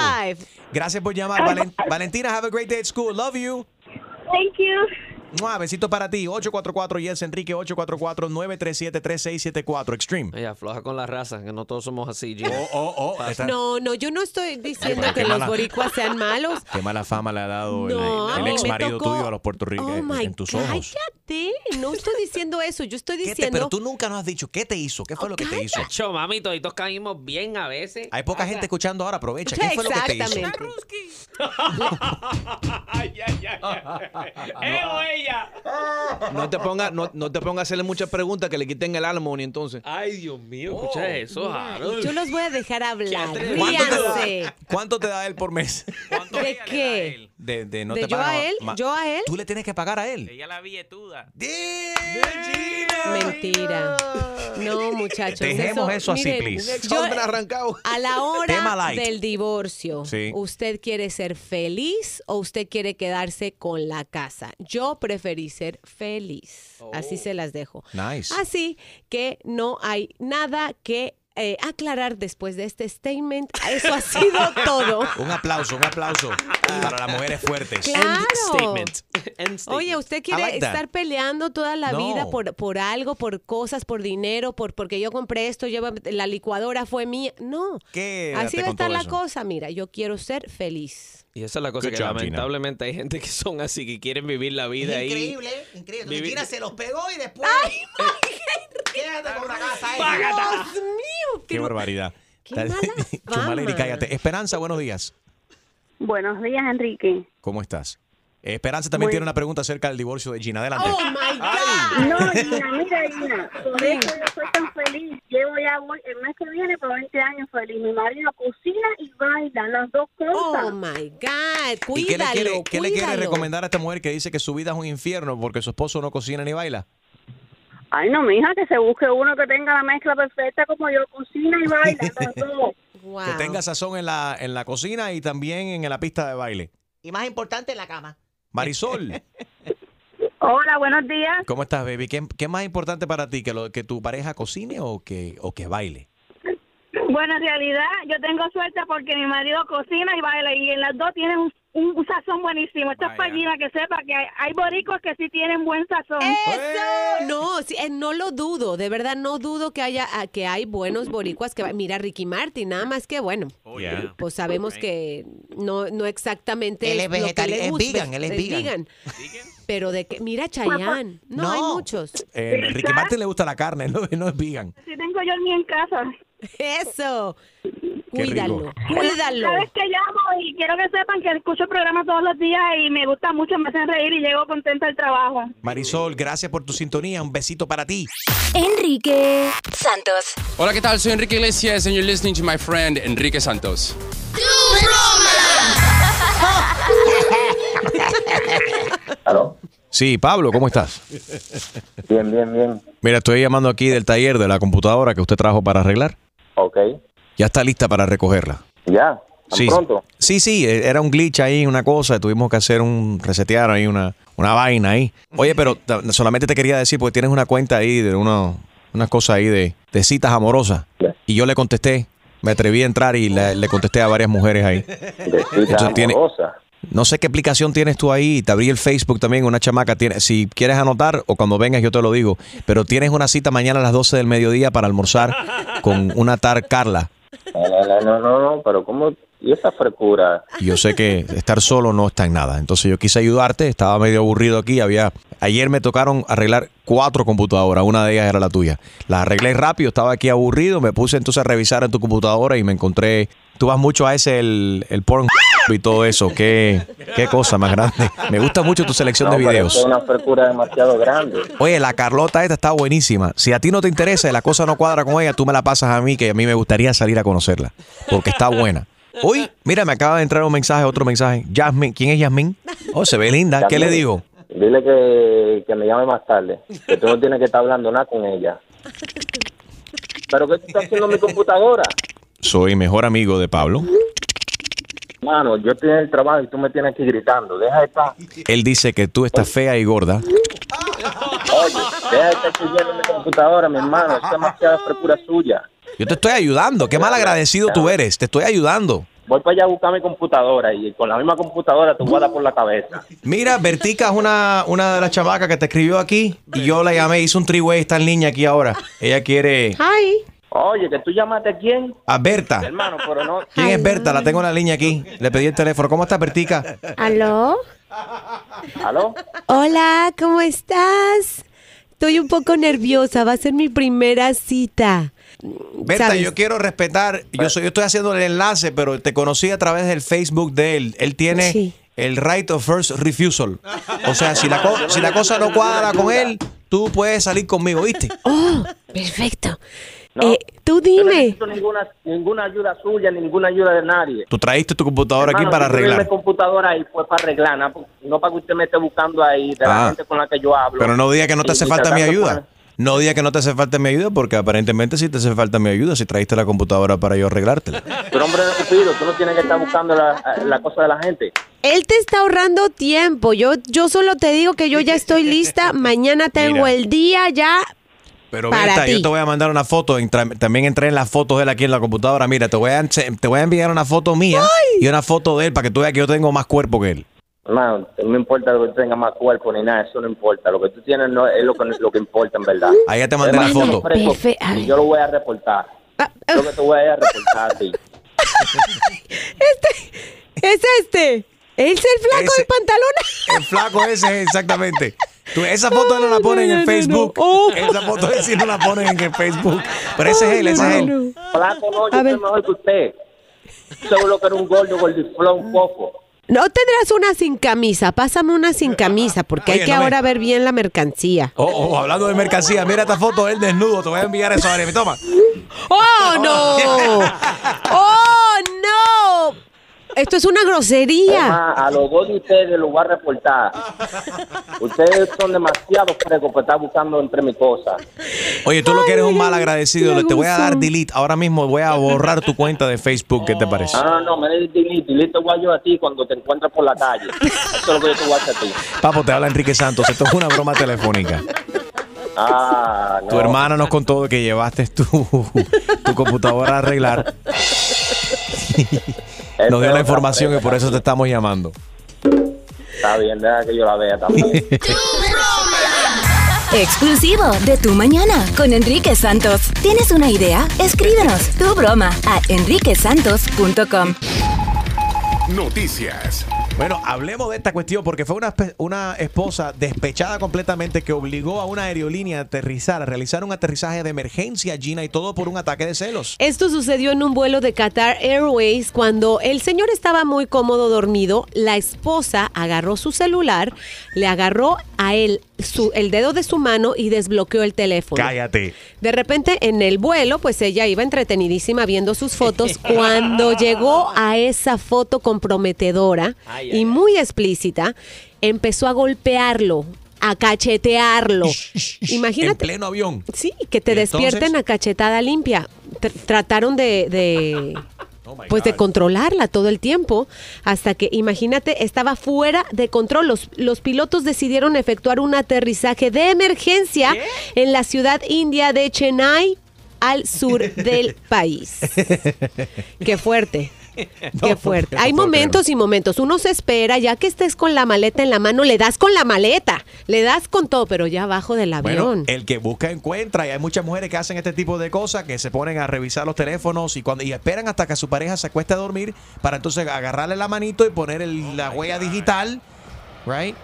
Gracias por llamar, Valen- Valentina. Have a great day at school. Love you. Thank you. Mua, besito para ti. 844 Yes Enrique 844 937 3674 Extreme. Ella afloja con la raza, que no todos somos así. Gio. Oh, oh, oh. Está- No, no, yo no estoy diciendo bueno, que qué los mala- boricuas sean malos. Qué mala fama le ha dado el- No, el, a mí ex me marido tocó- tuyo a los puertorriqueños Oh my en tus ojos. cállate. No estoy diciendo eso. Yo estoy ¿Qué te- pero diciendo. tú nunca nos has dicho qué te hizo, qué fue lo que te hizo. Cho, mami, toditos caímos bien a veces. Hay poca gente escuchando ahora, aprovecha. Sí, ¿Qué fue lo que te hizo? exactamente. ¡Eh, o ella! No te pongas no, no te ponga a hacerle muchas preguntas que le quiten el alma ni entonces. Ay, Dios mío, Oh. escucha eso, Harold. Oh, Yo los voy a dejar hablar. ¿Cuánto te, da, Ríanse. cuánto te da él por mes? ¿De qué? De, de no ¿De te yo pagan a él? ma- ¿Yo a él? Tú le tienes que pagar a él. Ella la billetuda. Mentira. No, muchachos. Dejemos eso así, miren, please. Un ex yo- hombre A la Tema hora light. del divorcio, Sí. ¿usted quiere ser feliz o usted quiere quedarse con la casa? Yo preferí ser feliz. Así Oh. se las dejo. Nice. Así que no hay nada que eh, aclarar después de este statement. Eso ha sido todo. Un aplauso, un aplauso para las mujeres fuertes. Claro. statement. End statement. Oye, ¿usted I quiere like that. estar peleando toda la No. vida por, por algo, por cosas, por dinero, por porque yo compré esto, yo, la licuadora fue mía? No. Quédate Así va a con estar todo la eso. cosa. Mira, yo quiero ser feliz. Y esa es la cosa Good que job, Gina. lamentablemente hay gente que son así, que quieren vivir la vida ahí. Increíble, increíble. Vivi- Valentina se los pegó y después. Quédate con la casa. esa. Dios mío, Qué barbaridad. qué mala Chumale, fama. cállate. Esperanza, buenos días. Buenos días, Enrique. ¿Cómo estás? Esperanza también tiene una pregunta acerca del divorcio de Gina. Adelante. Oh my God. No, Gina, mira, Gina, por eso yo soy tan feliz. Llevo ya voy, el mes que viene por 20 años feliz. Mi marido cocina y baila, las dos cosas. Oh my God, cuídalo, ¿Y qué le, quiere, qué le quiere cuídalo. recomendar a esta mujer que dice que su vida es un infierno porque su esposo no cocina ni baila? Ay, no, mija, que se busque uno que tenga la mezcla perfecta como yo, cocina y baila, las dos. Que tenga sazón en la, en la cocina y también en la pista de baile. Y más importante, en la cama. Marisol, Hola, buenos días. ¿cómo estás, baby? ¿Qué, qué es más importante para ti? ¿Que, lo, que tu pareja cocine o que, o que baile? Bueno, en realidad yo tengo suerte porque mi marido cocina y baila y en las dos tienen un, un- un sazón buenísimo. Esto es para Gina, que sepa que hay, hay boricuas que sí tienen buen sazón. ¡Eso! No, sí, eh, no lo dudo, de verdad no dudo que haya ah, que hay buenos boricuas que va- mira Ricky Martin, nada más que bueno. yeah. Pues sabemos que no no exactamente Él es lo que vegetari- le es gusta, vegan, él es vegan. Pero de que mira Chayanne, no, hay muchos. Eh, Ricky Martin le gusta la carne, no, no es vegan. Si tengo yo el mío en casa. Eso. Qué rico. Cuídalo. Cuídalo. Sabes que llamo y quiero que sepan que escucho el programa todos los días y me gusta mucho, me hacen reír y llego contenta al trabajo. Marisol, gracias por tu sintonía. Un besito para ti. Enrique Santos. Hola, ¿qué tal? Soy Enrique Iglesias and you're listening to my friend Enrique Santos. Sí, Pablo, ¿cómo estás? Bien, bien, bien. Mira, estoy llamando aquí del taller de la computadora que usted trajo para arreglar. Ok. Ya está lista para recogerla. Ya. ¿Tan Sí, pronto? sí, sí, eh, era un glitch ahí, una cosa, tuvimos que hacer un resetear ahí, una, una vaina ahí. Oye, pero ta- solamente te quería decir, porque tienes una cuenta ahí de uno, unas cosas ahí de, de citas amorosas. Y yo le contesté, me atreví a entrar y la- le contesté a varias mujeres ahí. De citas Entonces tiene- amorosas. No sé qué aplicación tienes tú ahí, te abrí el Facebook también, una chamaca tiene, si quieres anotar o cuando vengas yo te lo digo, pero tienes una cita mañana a las 12 del mediodía para almorzar con una tar Carla. La, la, la, no, no, no, pero ¿cómo? ¿Y esa frescura? Y yo sé que estar solo no está en nada. Entonces yo quise ayudarte, estaba medio aburrido aquí. Había Ayer me tocaron arreglar cuatro computadoras, una de ellas era la tuya. Las arreglé rápido, estaba aquí aburrido, me puse entonces a revisar en tu computadora y me encontré... Tú vas mucho a ese, el, el porn y todo eso. Qué, qué cosa más grande. Me gusta mucho tu selección No, de pero videos. Es una frescura demasiado grande. Oye, la Carlota esta está buenísima. Si a ti no te interesa y la cosa no cuadra con ella, tú me la pasas a mí, que a mí me gustaría salir a conocerla, porque está buena. Uy, mira, me acaba de entrar un mensaje, otro mensaje. Jasmine, ¿quién es Jasmine? Oh, se ve linda. ¿Qué le Jasmine, digo? Dile que, que me llame más tarde, que tú no tienes que estar hablando nada con ella. ¿Pero qué tú estás haciendo en mi computadora? Soy mejor amigo de Pablo. Mano, yo estoy en el trabajo y tú me tienes aquí gritando. Deja de estar, Él dice que tú estás fea y gorda. oye, deja de estar siguiendo mi computadora, mi hermano. Es demasiada frescura suya. Yo te estoy ayudando. Qué mal agradecido tú eres. Te estoy ayudando. Voy para allá a buscar mi computadora y con la misma computadora te voy a dar por la cabeza. Mira, Bertica es una, una de las chamacas que te escribió aquí y yo la llamé, hice un triway, está en línea aquí ahora. Ella quiere... Hi. Oye, que tú llamaste a quién? A Berta. Hermano, pero no. ¿Quién es Berta? La tengo en la línea aquí. Le pedí el teléfono. ¿Cómo estás, Bertica? ¿Aló? ¿Aló? Hola, ¿cómo estás? Estoy un poco nerviosa, va a ser mi primera cita. Berta, ¿Sabes? yo quiero respetar. Yo, soy, yo estoy haciendo el enlace, pero te conocí a través del Facebook de él. Él tiene Sí. el right of first refusal. O sea, si la, co- si la cosa no cuadra con él, tú puedes salir conmigo, ¿viste? Oh, perfecto. Eh, tú Yo no dime. necesito ninguna, ninguna ayuda suya, ninguna ayuda de nadie. Tú traíste tu computadora aquí Hermano, para si tú ves arreglar. mi computadora ahí fue para arreglar, na- no, para que usted me esté buscando ahí de Ah. la gente con la que yo hablo. Pero no diga que no te Y- hace y falta mi tratando ayuda. No diga que no te hace falta mi ayuda, porque aparentemente sí te hace falta mi ayuda si traíste la computadora para yo arreglártela. con- Pero hombre de Cupido, tú no tienes que estar buscando la, la cosa de la gente. Él te está ahorrando tiempo. Yo, yo solo te digo que yo ya estoy lista. Mañana tengo Mira. el día ya. Pero Para Berta, yo ti. te voy a mandar una foto. entra- también entré en las fotos de él aquí en la computadora. Mira, te voy a, ense- te voy a enviar una foto mía y una foto de él para que tú veas que yo tengo más cuerpo que él. Hermano, no importa lo que tú tengas más cuerpo ni nada, eso no importa. Lo que tú tienes no es lo que, lo que importa en verdad. Ahí ya te mandé la foto. Hermano, fresco, Y yo lo voy a reportar. Ah, Yo que te voy a ir a reportar a ti. Es este. ¿Es el flaco de pantalones? El flaco ese, exactamente. Tú, esa foto no Oh. la ponen en Facebook. Esa foto sí no la ponen en el Facebook. Pero ese es él, ese es él. Flaco no, yo soy mejor que usted. Seguro que era un gordo, gordiflón, poco. No tendrás una sin camisa. Pásame una sin camisa porque Oye, hay que no me- ahora ver bien la mercancía. Oh, oh, hablando de mercancía, mira esta foto de él desnudo. Te voy a enviar eso ahora. Toma. ¡Oh, no! ¡Oh, no! Esto es una grosería. Además, a los dos de ustedes los voy a reportar. Ustedes son demasiado frescos que están buscando entre mis cosas. Oye, tú lo que eres un mal agradecido. qué Te voy a dar aguzón. delete. Ahora mismo voy a borrar tu cuenta de Facebook. ¿Qué te parece? No, no, Ah, no, me des delete. Delete voy a yo a ti cuando te encuentres por la calle. Eso es lo que yo te voy a hacer a ti. Papo, te habla Enrique Santos. Esto es una broma telefónica. Ah, no. Tu hermana nos contó que llevaste tu, tu computadora a arreglar. Nos dio la información y por eso te estamos llamando. Está bien, deja que yo la vea también. Exclusivo de Tu Mañana con Enrique Santos. ¿Tienes una idea? Escríbenos tu broma a enriquesantos.com. Noticias. Bueno, hablemos de esta cuestión porque fue una, espe- una esposa despechada completamente que obligó a una aerolínea a aterrizar, a realizar un aterrizaje de emergencia, Gina, y todo por un ataque de celos. Esto sucedió en un vuelo de Qatar Airways cuando el señor estaba muy cómodo dormido, la esposa agarró su celular, le agarró a él su- el dedo de su mano y desbloqueó el teléfono. Cállate. De repente en el vuelo, pues ella iba entretenidísima viendo sus fotos cuando llegó a esa foto comprometedora Ay, ay, y muy explícita, empezó a golpearlo, a cachetearlo. En Imagínate. pleno avión. Sí, que te ¿Y entonces? despierten a cachetada limpia. Tr- trataron de, de, Oh pues de controlarla todo el tiempo hasta que, imagínate, estaba fuera de control. Los, los pilotos decidieron efectuar un aterrizaje de emergencia en la ciudad india de Chennai, al sur del país. Qué fuerte. Qué fuerte. Hay momentos y momentos. Uno se espera, ya que estés con la maleta en la mano, le das con la maleta, le das con todo, pero ya abajo del avión. Bueno, el que busca encuentra y hay muchas mujeres que hacen este tipo de cosas, que se ponen a revisar los teléfonos y cuando y esperan hasta que su pareja se acueste a dormir para entonces agarrarle la manito y poner el- la huella digital, right?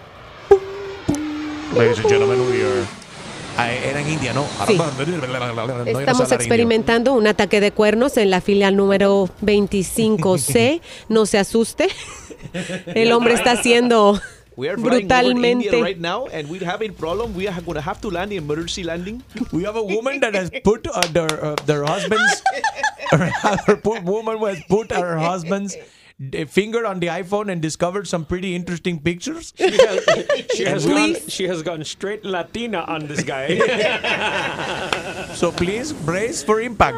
Ladies and gentlemen, we are- Ah, era en India, ¿no? Sí. No, yo no sé Estamos hablar indio. experimentando un ataque de cuernos en la filial número 25C. No se asuste. El hombre está siendo We are flying over India right brutalmente. now and we're having problem. We are gonna have to land in emergency landing. We have a woman that has put uh, their uh, their husbands. her poor woman has put her husband's uh, finger on the iPhone and discovered some pretty interesting pictures. She has, gone, she has gone straight Latina on this guy. So please brace for impact.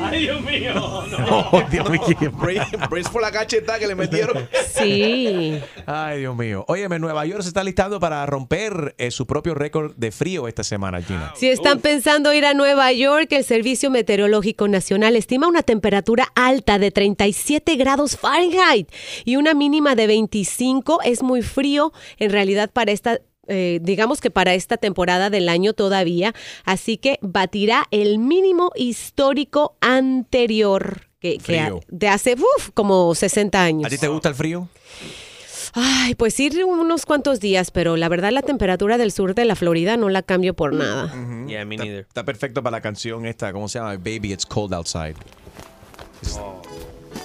Ay, Dios mío. Oh, Dios mío. Brace por la cachetada que le metieron. Sí. Ay, Dios mío. Óyeme, Nueva York se está listando para romper eh, su propio récord de frío esta semana, Gina. Si están pensando ir a Nueva York, el Servicio Meteorológico Nacional estima una temperatura alta de 37 grados Fahrenheit y una mínima de 25. Es muy frío en realidad para esta... eh, digamos que para esta temporada del año todavía, así que batirá el mínimo histórico anterior que, que ha- Frío. de hace uf, como 60 años. ¿A ti te gusta el frío? Ay, pues ir unos cuantos días, pero la verdad la temperatura del sur de la Florida no la cambio por Mm. nada. Yeah, me neither. Está perfecto para la canción esta, ¿cómo se llama? Baby, it's cold outside.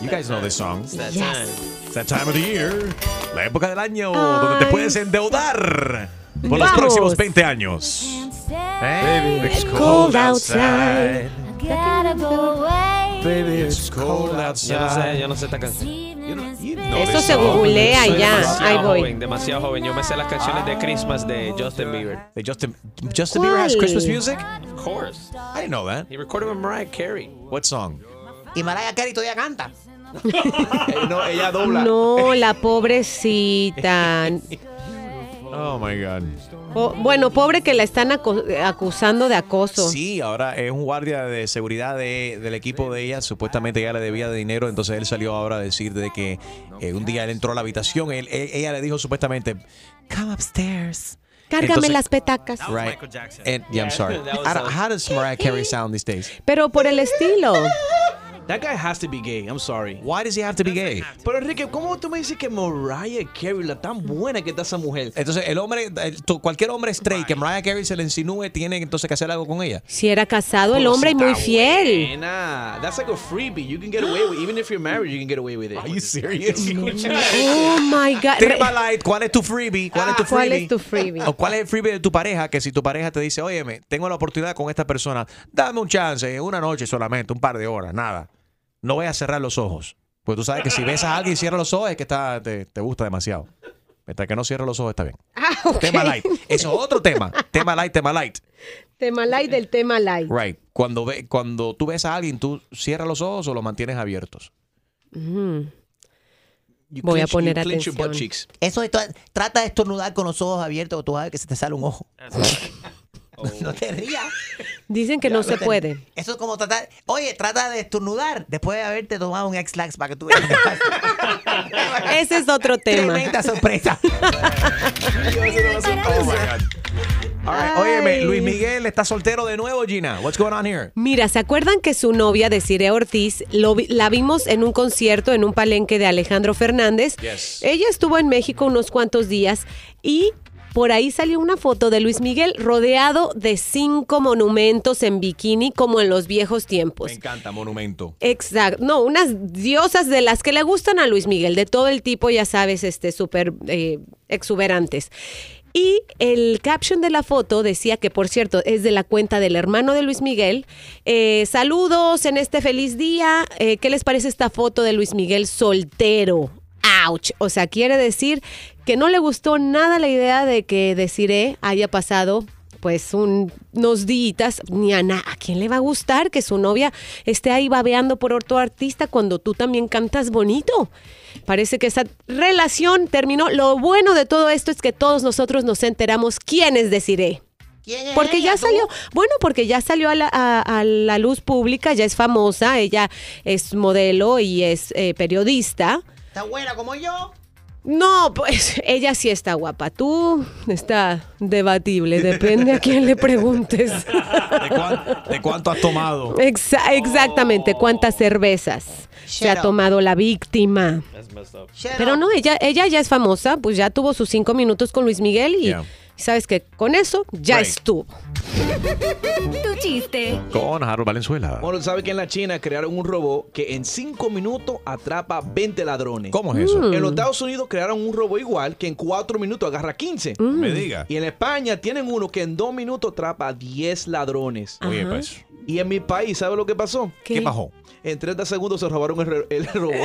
You guys know this song. It's that Yes. time. It's that time of the year. La época del año Ay. donde te puedes endeudar por los Vamos. próximos 20 años. Baby, it's cold outside. Gotta go away. Baby, it's cold Yo no sé, yo no sé esta canción. Eso se googlea Soy y ya. demasiado Ahí voy. Joven, demasiado joven. Yo me sé las canciones de Christmas de Justin Bieber. Ah. De Justin, Justin Bieber has ¿Cuál? Christmas music? Of course. I didn't know that. He recorded with Mariah Carey. What song? Y Mariah Carey todavía canta. no, ella dobla. No, la pobrecita. Oh my God. Po- bueno, pobre que la están aco- acusando de acoso. Sí, ahora es un guardia de seguridad de- del equipo de ella. Supuestamente ella le debía de dinero, entonces él salió ahora a decir de que eh, un día él entró a la habitación. él- él- ella le dijo supuestamente, come upstairs. Cárgame Entonces- las petacas. Right. And- yeah, I'm sorry. that was I don't- how does Mariah Carey sound these days? Pero por el estilo. That guy has to be gay. I'm sorry. Why does he have to be gay? Pero Enrique, ¿cómo tú me dices que Mariah Carey, la tan buena que está esa mujer? Entonces, el hombre, el- tu- cualquier hombre straight que Mariah Carey se le insinúe, tiene entonces que hacer algo con ella. Si era casado el hombre y muy fiel. Nah, that's like a freebie. You can get away with even if you're married, you can get away with it. Are you serious? Oh my God. Re- Tema light, ¿cuál es tu freebie? ¿Cuál es tu freebie? Ah, ¿Cuál es tu freebie? ¿O cuál es el freebie de tu pareja? Que si tu pareja te dice, óyeme, tengo la oportunidad con esta persona, dame un chance, una noche solamente, un par de horas, nada. No voy a cerrar los ojos. Pues tú sabes que si ves a alguien y cierra los ojos es que está, te, te gusta demasiado. Mientras que no cierra los ojos está bien. Ah, Tema light. Eso es otro tema. tema light, tema light. Tema light del tema light. Right. Cuando, ve, cuando tú ves a alguien, ¿tú cierras los ojos o los mantienes abiertos? Mm. You Voy a clench- poner you clench your butt atención. cheeks. Eso es to- trata de estornudar con los ojos abiertos o tú sabes que se te sale un ojo. No te rías. Dicen que no se te- puede. Eso es como tratar. Oye, trata de estornudar después de haberte tomado un X-Lax para que tú veas. Ese es otro tema. Tremenda sorpresa. Oh All right. Óyeme, Luis Miguel está soltero de nuevo, Gina. What's going on here? Mira, ¿se acuerdan que su novia, Desiree Ortiz, lo vi- la vimos en un concierto en un palenque de Alejandro Fernández? Yes. Pues, Ella estuvo en México unos cuantos días y por ahí salió una foto de Luis Miguel rodeado de cinco monumentos en bikini como en los viejos tiempos. Me encanta, monumento. Exacto, no, unas diosas de las que le gustan a Luis Miguel, de todo el tipo, ya sabes, este, súper eh, exuberantes. Y el caption de la foto decía que, por cierto, es de la cuenta del hermano de Luis Miguel. eh, Saludos en este feliz día. Eh, ¿Qué les parece esta foto de Luis Miguel soltero? ¡Auch! O sea, quiere decir que no le gustó nada la idea de que Desiree haya pasado pues un- unos días, ni a, na- a quién le va a gustar que su novia esté ahí babeando por otro artista cuando tú también cantas bonito. Parece que esa relación terminó. Lo bueno de todo esto es que todos nosotros nos enteramos quién es Desiree. Porque ya salió, bueno, porque ya salió a la, a- a la luz pública, ya es famosa, ella es modelo y es eh, periodista. ¿Está buena como yo? No, pues ella sí está guapa. Tú está debatible, depende a quién le preguntes. ¿De cuánto has tomado? Exa- exactamente, cuántas cervezas se Shut ha up. tomado la víctima. Pero no, ella, ella ya es famosa, pues ya tuvo sus cinco minutos con Luis Miguel y Yeah. sabes que con eso ya Break. estuvo. Tu chiste. Con Harold Valenzuela. Bueno, ¿sabe que en la China crearon un robot que en 5 minutos atrapa 20 ladrones? ¿Cómo es eso? Mm. En los Estados Unidos crearon un robot igual que en 4 minutos agarra 15. Mm. Me diga. Y en España tienen uno que en 2 minutos atrapa 10 ladrones. Oye, Ajá. pues. Y en mi país, ¿sabe lo que pasó? ¿Qué? ¿Qué pasó? En 30 segundos se robaron el, re- el robot.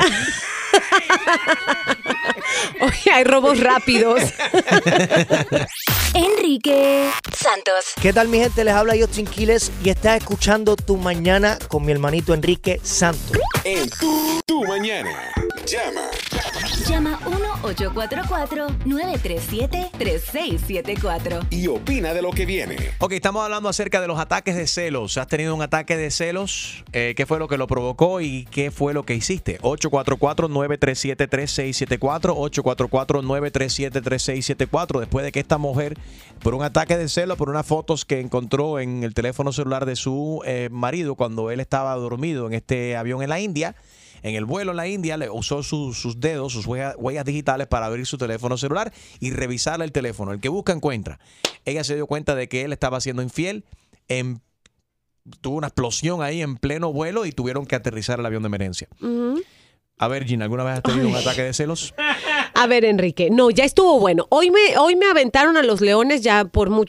Oye, hay robos rápidos. Enrique Santos. ¿Qué tal mi gente? Les habla Justin Quiles y estás escuchando Tu Mañana con mi hermanito Enrique Santos. En tu, tu mañana. Llama. Llama 1-844-937-3674. Y opina de lo que viene. Ok, estamos hablando acerca de los ataques de celos. ¿Has tenido un ataque de celos? Eh, ¿Qué fue lo que lo provocó y qué fue lo que hiciste? 844-937-3674, 844-937-3674. Después de que esta mujer, por un ataque de celos, por unas fotos que encontró en el teléfono celular de su eh, marido cuando él estaba dormido en este avión en la India, en el vuelo en la India le usó su- sus dedos, sus huella- huellas digitales para abrir su teléfono celular y revisar el teléfono. El que busca encuentra. Ella se dio cuenta de que él estaba siendo infiel. en- tuvo una explosión ahí en pleno vuelo y tuvieron que aterrizar el avión de emergencia. A ver, Gina, ¿alguna vez has tenido un ataque de celos? A ver, Enrique, no, ya estuvo bueno. Hoy me, hoy me aventaron a los leones ya por mu-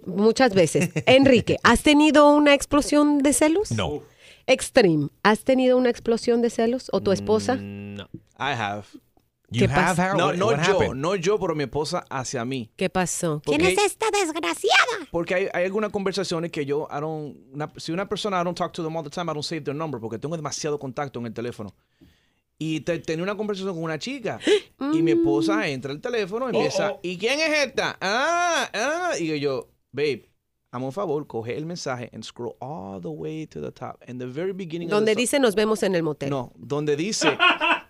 muchas veces. Enrique, ¿has tenido una explosión de celos? No. Extreme, ¿has tenido una explosión de celos Mm. o tu esposa? No. I have. You ¿Qué have, pasa? Harold? No, What- no what yo, happened? no yo, pero mi esposa hacia mí. ¿Qué pasó? ¿Quién Porque- es esta desgraciada? Porque hay, hay algunas conversaciones que yo, I don't- una- si una persona, I don't talk to them all the time, I don't save their number porque tengo demasiado contacto en el teléfono. Y te- tenía una conversación con una chica Mm. y mi esposa entra al teléfono y empieza, oh. ¿y quién es esta? Ah, ah. Y yo, babe, hazme un favor, coge el mensaje and scroll all the way to the top. In the very beginning of Donde the- dice nos vemos en el motel. No, donde dice,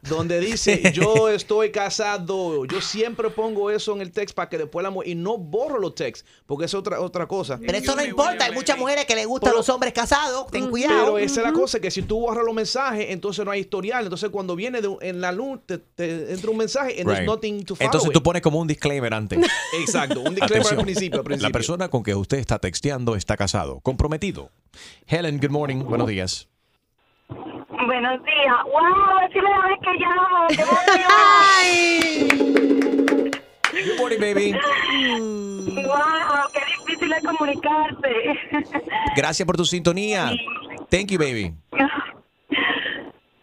donde dice, yo estoy casado. Yo siempre pongo eso en el text para que después la mu- y no borro los texts porque es otra otra cosa. Pero eso no importa, hay muchas mujeres que les gustan los hombres casados, ten cuidado. Pero esa es la cosa, que si tú borras los mensajes, entonces no hay historial. Entonces cuando viene de un- en la luz, te, te entra un mensaje and there's Right. nothing to follow Entonces tú it. pones como un disclaimer antes. Exacto, un disclaimer Atención. al principio. al La principio. persona con que usted está texteando está casado, comprometido. Helen, good morning, buenos días. Buenos días. ¡Wow! Es primera vez que llamo. ¡Qué emoción! Good morning, baby. ¡Wow! ¡Qué difícil es comunicarse! Gracias por tu sintonía. Thank you, baby.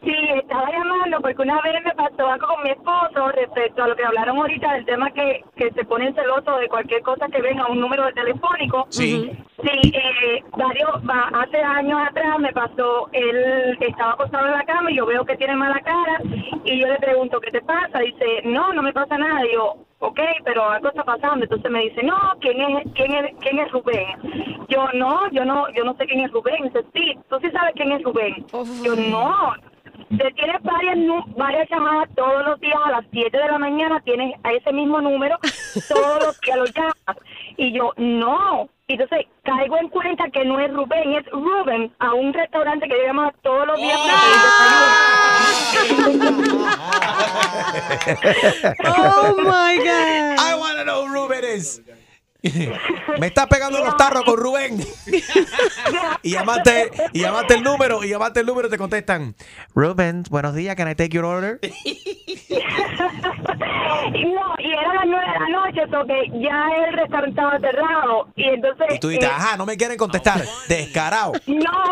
Sí, estaba llamando porque una vez me pasó algo con mi esposo respecto a lo que hablaron ahorita del tema que, que se ponen celosos de cualquier cosa que venga un número de telefónico. Sí. Sí, eh, varios, va- hace años atrás me pasó, él estaba acostado en la cama y yo veo que tiene mala cara y yo le pregunto, ¿qué te pasa? Dice, no, no me pasa nada. Y yo, ok, pero algo está pasando. Entonces me dice, no, ¿quién es, quién es, quién es Rubén? Yo, no, yo no, yo no sé quién es Rubén. Dice, sí, tú sí sabes quién es Rubén. Yo, no. Te tienes varias, nu- varias llamadas todos los días a las 7 de la mañana, tienes a ese mismo número todos los días lo llamas. Y yo, no. Y Entonces caigo en cuenta que no es Rubén, es Rubén, a un restaurante que yo llamaba todos los días para pedir desayuno. ¡Ah! Oh my God. I wanna know who Rubén is. Me estás pegando los tarros con Rubén. y llamaste, y llamaste el número, y llamaste el número y te contestan. Rubén, buenos días, can I take your order? Y no, y era las 9 de la noche, so que ya el restaurante estaba cerrado. Y entonces. Y tú dices, eh, ajá, no me quieren contestar. Descarado. No,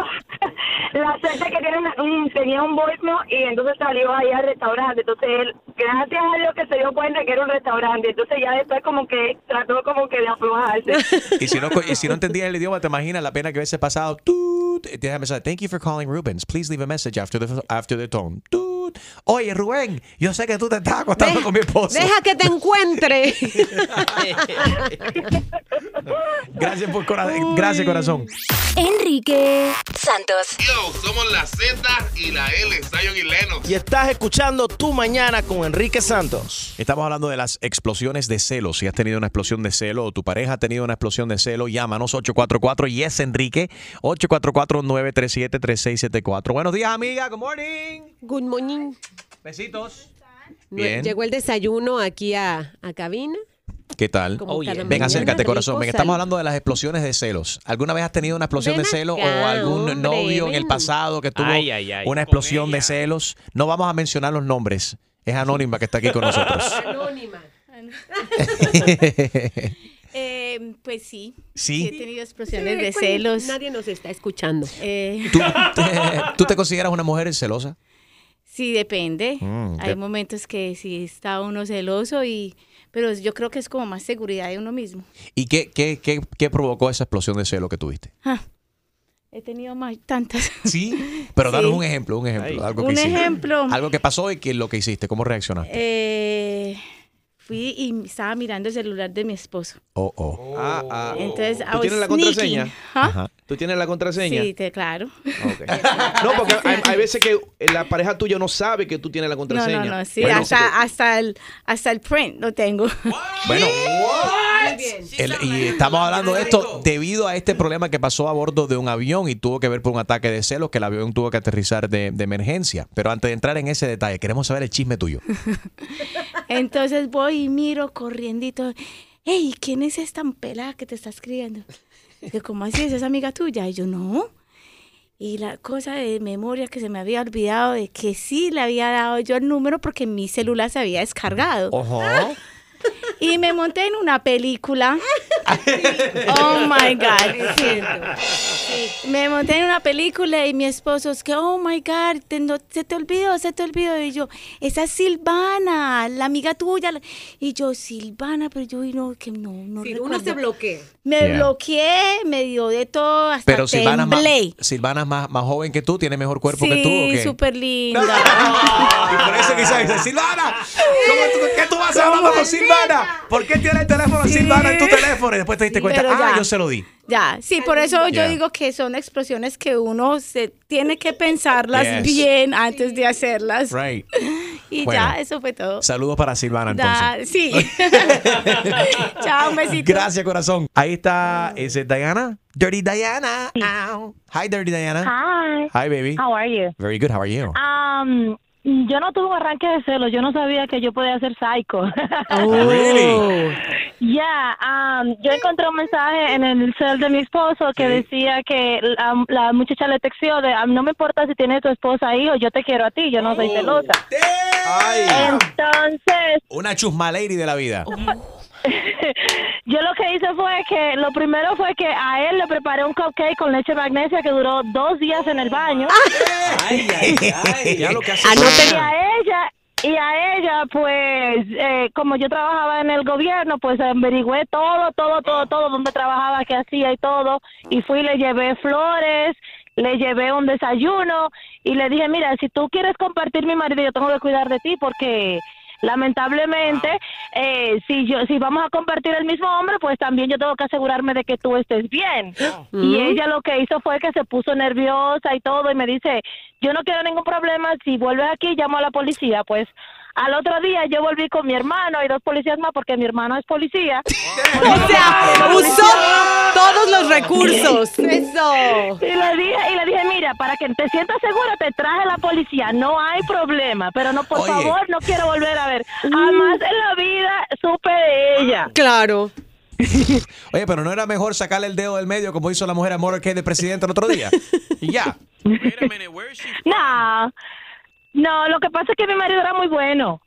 la suerte que tiene una- un- tenía un voicemail y entonces salió ahí al restaurante. Entonces él, gracias a Dios que se dio cuenta que era un restaurante. Entonces ya después como que trató como que de aflojarse. Y si no, co- y si no entendías el idioma, te imaginas la pena que hubiese pasado. Tú, te deja mensaje. Thank you for calling Rubens. Please leave a message after the, after the tone. Tú. Dude. Oye, Rubén, yo sé que tú te estás acostando con mi esposo. Deja que te encuentre. Gracias, por cora- Gracias, corazón. Enrique Santos. somos la Z y la L, Zion y Leno. Y estás escuchando Tu Mañana con Enrique Santos. Estamos hablando de las explosiones de celo. Si has tenido una explosión de celo o tu pareja ha tenido una explosión de celo, llámanos 844 y es Enrique 844-937-3674. Buenos días, Ah, amiga. Good morning. Good morning. Besitos. No, Bien. Llegó el desayuno aquí a, a cabina. ¿Qué tal? Como cada Ven, mañana, acércate, rico, corazón. Ven, salud. estamos hablando de las explosiones de celos. ¿Alguna vez has tenido una explosión Ven de celo o acá, algún hombre, novio en ven. el pasado que tuvo Ay, ay, ay, una con explosión de celos? No vamos a mencionar los nombres. Es Anónima que está aquí con nosotros. Anónima. Eh, pues sí. Sí. He tenido explosiones Sí, de pues, celos. Nadie nos está escuchando. Eh, ¿Tú, ¿Tú te consideras una mujer celosa? sí, depende. Mm, Hay de- momentos que sí está uno celoso y pero yo creo que es como más seguridad de uno mismo. ¿Y qué, qué, qué, qué provocó esa explosión de celo que tuviste? He tenido más tantas. Sí, Pero danos un e-, ejemplo, un ejemplo. Algo que Un hiciste. ejemplo. Algo que pasó y que, lo que hiciste, cómo reaccionaste. Eh, fui y estaba mirando el celular de mi esposo. Oh, oh. Ah, ah. Entonces, I ¿Tú was tienes la sneaking. contraseña? ¿Ah? ¿Tú tienes la contraseña? Sí, te- claro. No, Ah, porque hay, hay veces que la pareja tuya no sabe que tú tienes la No, contraseña. no, no, sí, Bueno, hasta, hasta, el, hasta el print lo tengo. Bueno, Muy El- y estamos hablando de esto debido a este problema que pasó a bordo de un avión y tuvo que ver por un ataque de celos que el avión tuvo que aterrizar de, de emergencia. Pero antes de entrar en ese detalle, queremos saber el chisme tuyo. Entonces voy y miro corriendito. Hey, ¿quién es esta pelada que te está escribiendo? Digo, ¿cómo así? ¿Esa es amiga tuya? Y yo, no. Y la cosa de memoria que se me había olvidado de que sí le había dado yo el número porque mi celular se había descargado. Oh. Ojo. Y me monté en una película. Oh my God. sí. Me monté en una película y mi esposo es que, oh my God, te- no- se te olvidó, se te olvidó. Y yo, esa es Silvana, la amiga tuya. la- Y yo, Silvana, pero yo y no, que no, no. Sí, uno se bloquea. Me Yeah. bloqueé, me dio de todo, hasta Pero Silvana es más, temblé. Silvana es más, más joven que tú, tiene mejor cuerpo que tú. ¿o Sí, qué? súper linda. Y por eso quizás dice, Silvana, ¿cómo tú- ¿qué tú vas a hablar con Silvana? ¿Por qué tiene el teléfono de Silvana en tu teléfono? Y después te diste cuenta, Pero ah, ya. yo se lo di. Ya, sí, por eso Yeah. yo digo que son explosiones que uno se tiene que pensarlas Yes. bien antes de hacerlas. Right. Y Bueno. ya, eso fue todo. Saludos para Silvana entonces. Da- sí. Chao, un besito. Gracias, corazón. Ahí está, ¿es eh, Diana? Dirty Diana. Ow. Hi, Dirty Diana. Hi. Hi, baby. How are you? Very good, how are you? Um, yo no tuve un arranque de celos. Yo no sabía que yo podía ser psycho. Oh. Really? Yeah, um, yo encontré un mensaje en el cel de mi esposo que decía que la, la muchacha le texteó de "Ah, no me importa si tienes tu esposa ahí o yo te quiero a ti, yo no soy Oh. celosa. Entonces, Una chusma lady de la vida. yo lo que hice fue que lo primero fue que a él le preparé un cupcake con leche magnesia que duró dos días en el baño. ya lo que hace Y Silvana. a ella, y a ella, pues, eh, como yo trabajaba en el gobierno, pues averigüé todo, todo, todo, todo, dónde trabajaba, qué hacía y todo. Y fui, le llevé flores, le llevé un desayuno y le dije, mira, si tú quieres compartir mi marido, yo tengo que cuidar de ti porque... Lamentablemente, eh, si yo si vamos a compartir el mismo hombre, pues también yo tengo que asegurarme de que tú estés bien. Y Mm. ella lo que hizo fue que se puso nerviosa y todo y me dice, yo no quiero ningún problema, si vuelves aquí llamo a la policía. Pues al otro día yo volví con mi hermano y dos policías más porque mi hermano es policía. O sea, usó todos los recursos. Eso. Y le dije, y le dije, mira, para que te sientas segura te traje la policía, no hay problema, pero no, por favor, no quiero volver a ver. Jamás en la vida supe de ella. Claro. Oye, pero no era mejor sacarle el dedo del medio como hizo la mujer a Motorhead de presidente el otro día. Y ya. No, no, lo que pasa es que mi marido era muy bueno.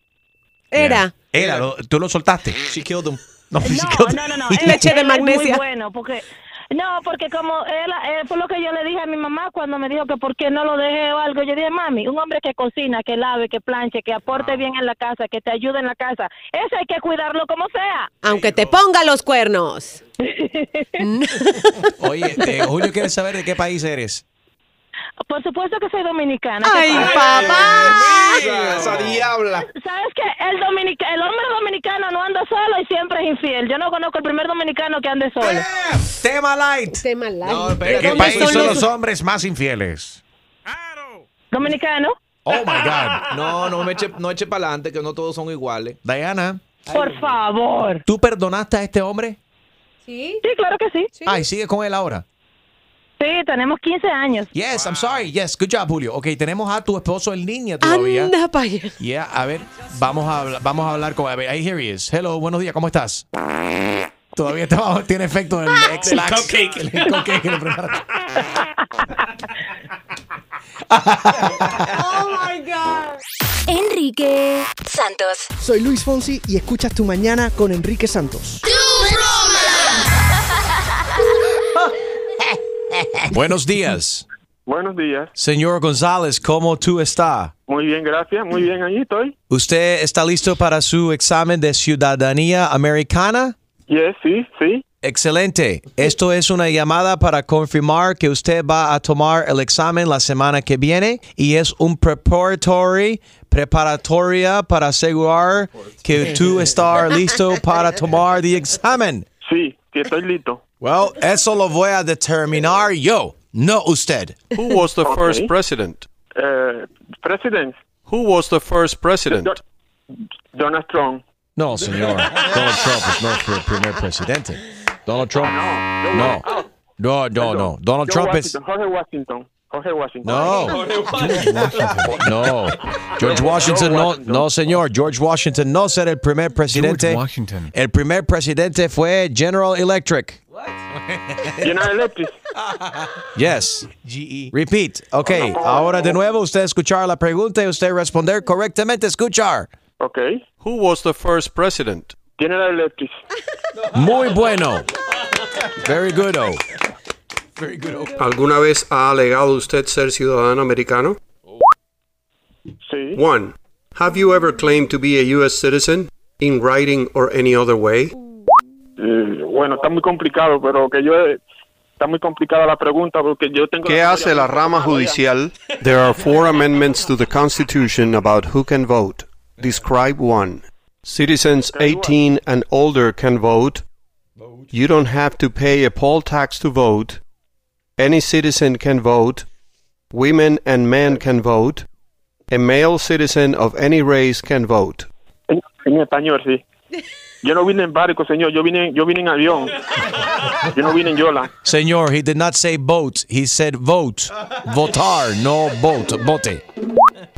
Era. Era, lo- tú lo soltaste. She killed him. No, she No, killed no, no, no. him. él- él es Muy bueno, porque... No, porque como él, él fue lo que yo le dije a mi mamá cuando me dijo que por qué no lo dejé o algo. Yo dije, mami, un hombre que cocina, que lave, que planche, que aporte bien en la casa, que te ayude en la casa, ese hay que cuidarlo como sea. Aunque te ponga los cuernos. Oye, eh, Julio quiere saber de qué país eres. Por supuesto que soy dominicana. ¿qué ¡Ay, pasa? papá! Esa, esa diabla. ¿Sabes qué? El, dominica- el hombre dominicano no anda solo y siempre es infiel. Yo no conozco el primer dominicano que ande solo. Tema light. Tema light. ¿De qué país son los hombres más infieles? ¿Dominicano? Oh my God. No, no me eche, no eche para adelante, que no todos son iguales. Diana. Por favor. ¿Tú perdonaste a este hombre? Sí. Sí, claro que sí. Ay, sigue con él ahora. Sí, tenemos 15 años. Yes, I'm sorry. Yes, good job, Julio. Ok, tenemos a tu esposo en línea todavía. Anda para allá. Yeah, a ver, vamos a, habla- vamos a hablar con. A ver, ahí here he is. Hello, buenos días, ¿cómo estás? Todavía está bajo- tiene efecto del Ah, ex Del lax. cupcake. El cupcake que le preparaste. Oh my God. Enrique Santos. Soy Luis Fonsi y escuchas Tu Mañana con Enrique Santos. Buenos días. Buenos días. Señor González, ¿cómo tú estás? Muy bien, gracias. Muy bien, ahí estoy. ¿Usted está listo para su examen de ciudadanía americana? Yes, sí, sí. Excelente. Esto es una llamada para confirmar que usted va a tomar el examen la semana que viene y es un preparatory, preparatoria para asegurar que tú estás listo para tomar el examen. Sí, que estoy listo. Well, eso lo voy a determinar yo, no usted. Who was the first Okay. president? Eh, president, Who was the first president? Donald Trump. No, señor. Donald Trump es nuestro primer presidente. Donald Trump. No. No, no, no. Donald George Trump es. Washington, Jorge Washington. Jorge Washington. No. No. George Washington, no, no, señor. George Washington no será el primer presidente. Washington. El primer presidente fue General Electric. General Electric. Yes. Repeat. Ok. Ahora de nuevo, usted escuchar la pregunta y usted responder correctamente. Escuchar. Okay. Who was the first president? General Electric. Muy bueno. Very good. oh. ¿Alguna vez ha alegado usted ser ciudadano americano? Sí. 1. Have you ever claimed to be a U.S. citizen in writing or any other way? Eh, bueno, está muy complicado, pero que yo... Está muy complicada la pregunta porque yo tengo... ¿Qué hace la rama judicial? There are four amendments to the Constitution about who can vote. Describe one. Citizens 18 and older can vote. You don't have to pay a poll tax to vote. Any citizen can vote. Women and men can vote. A male citizen of any race can vote. En, en español, sí. Yo no vine en barco, señor. Yo vine, yo vine en avión. Yo no vine en yola. Señor, he did not say vote. He said vote. Votar, no vote. Vote.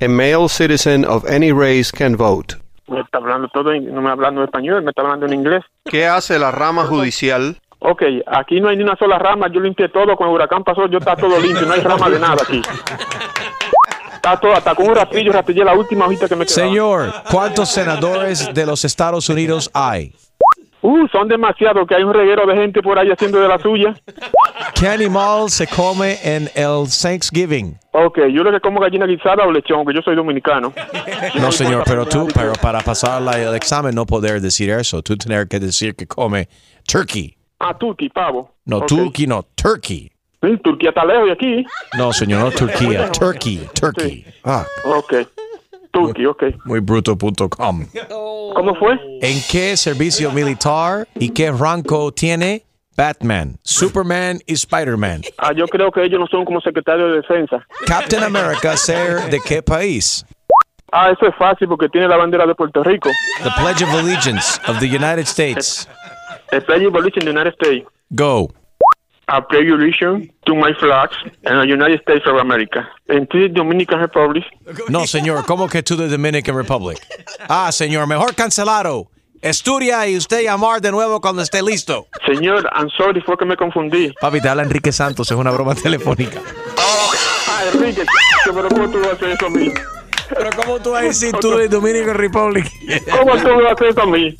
A male citizen of any race can vote. Me está hablando todo, en- no me está hablando en español, me está hablando en inglés. ¿Qué hace la rama judicial? Ok, aquí no hay ni una sola rama, yo limpié todo, con el huracán pasó, yo está todo limpio, no hay rama de nada aquí. Está todo, hasta con un ratillo, ratillé la última hojita que me quedaba. Señor, ¿cuántos senadores de los Estados Unidos hay? Uh, son demasiados, que hay un reguero de gente por ahí haciendo de la suya. ¿Qué animal se come en el Thanksgiving? Ok, yo lo que como gallina guisada o lechón, que yo soy dominicano. No, señor, pero tú, pero para pasar la- el examen, no poder decir eso. Tú tener que decir que come turkey. Ah, turqui, pavo. No, Ok. turkey, no, turkey. Sí, Turquía está lejos de aquí. No, señor, no Turquía. Turkey, turkey. Ah, Ok, turqui, ok. muybruto.com. ¿Cómo fue? ¿En qué servicio militar y qué rango tiene Batman, Superman y Spider-Man? Ah, yo creo que ellos no son como secretario de defensa. Captain America, ser de qué país? Ah, eso es fácil porque tiene la bandera de Puerto Rico. The Pledge of Allegiance of the United States. El Pledge of Allegiance in the United States. Go. I pledge allegiance to my flags and the United States of America and to the Dominican Republic. No, señor, ¿cómo que to the Dominican Republic? Ah, señor, mejor cancelado. Estudia y usted llamar de nuevo cuando esté listo. Señor, I'm sorry, fue que me confundí. Papi, te habla Enrique Santos, es una broma telefónica. Ah, Enrique, pero ¿cómo tú vas a hacer eso a mí? Pero ¿cómo tú vas a decir tú de Dominican Republic? ¿Cómo tú me vas a hacer eso a mí?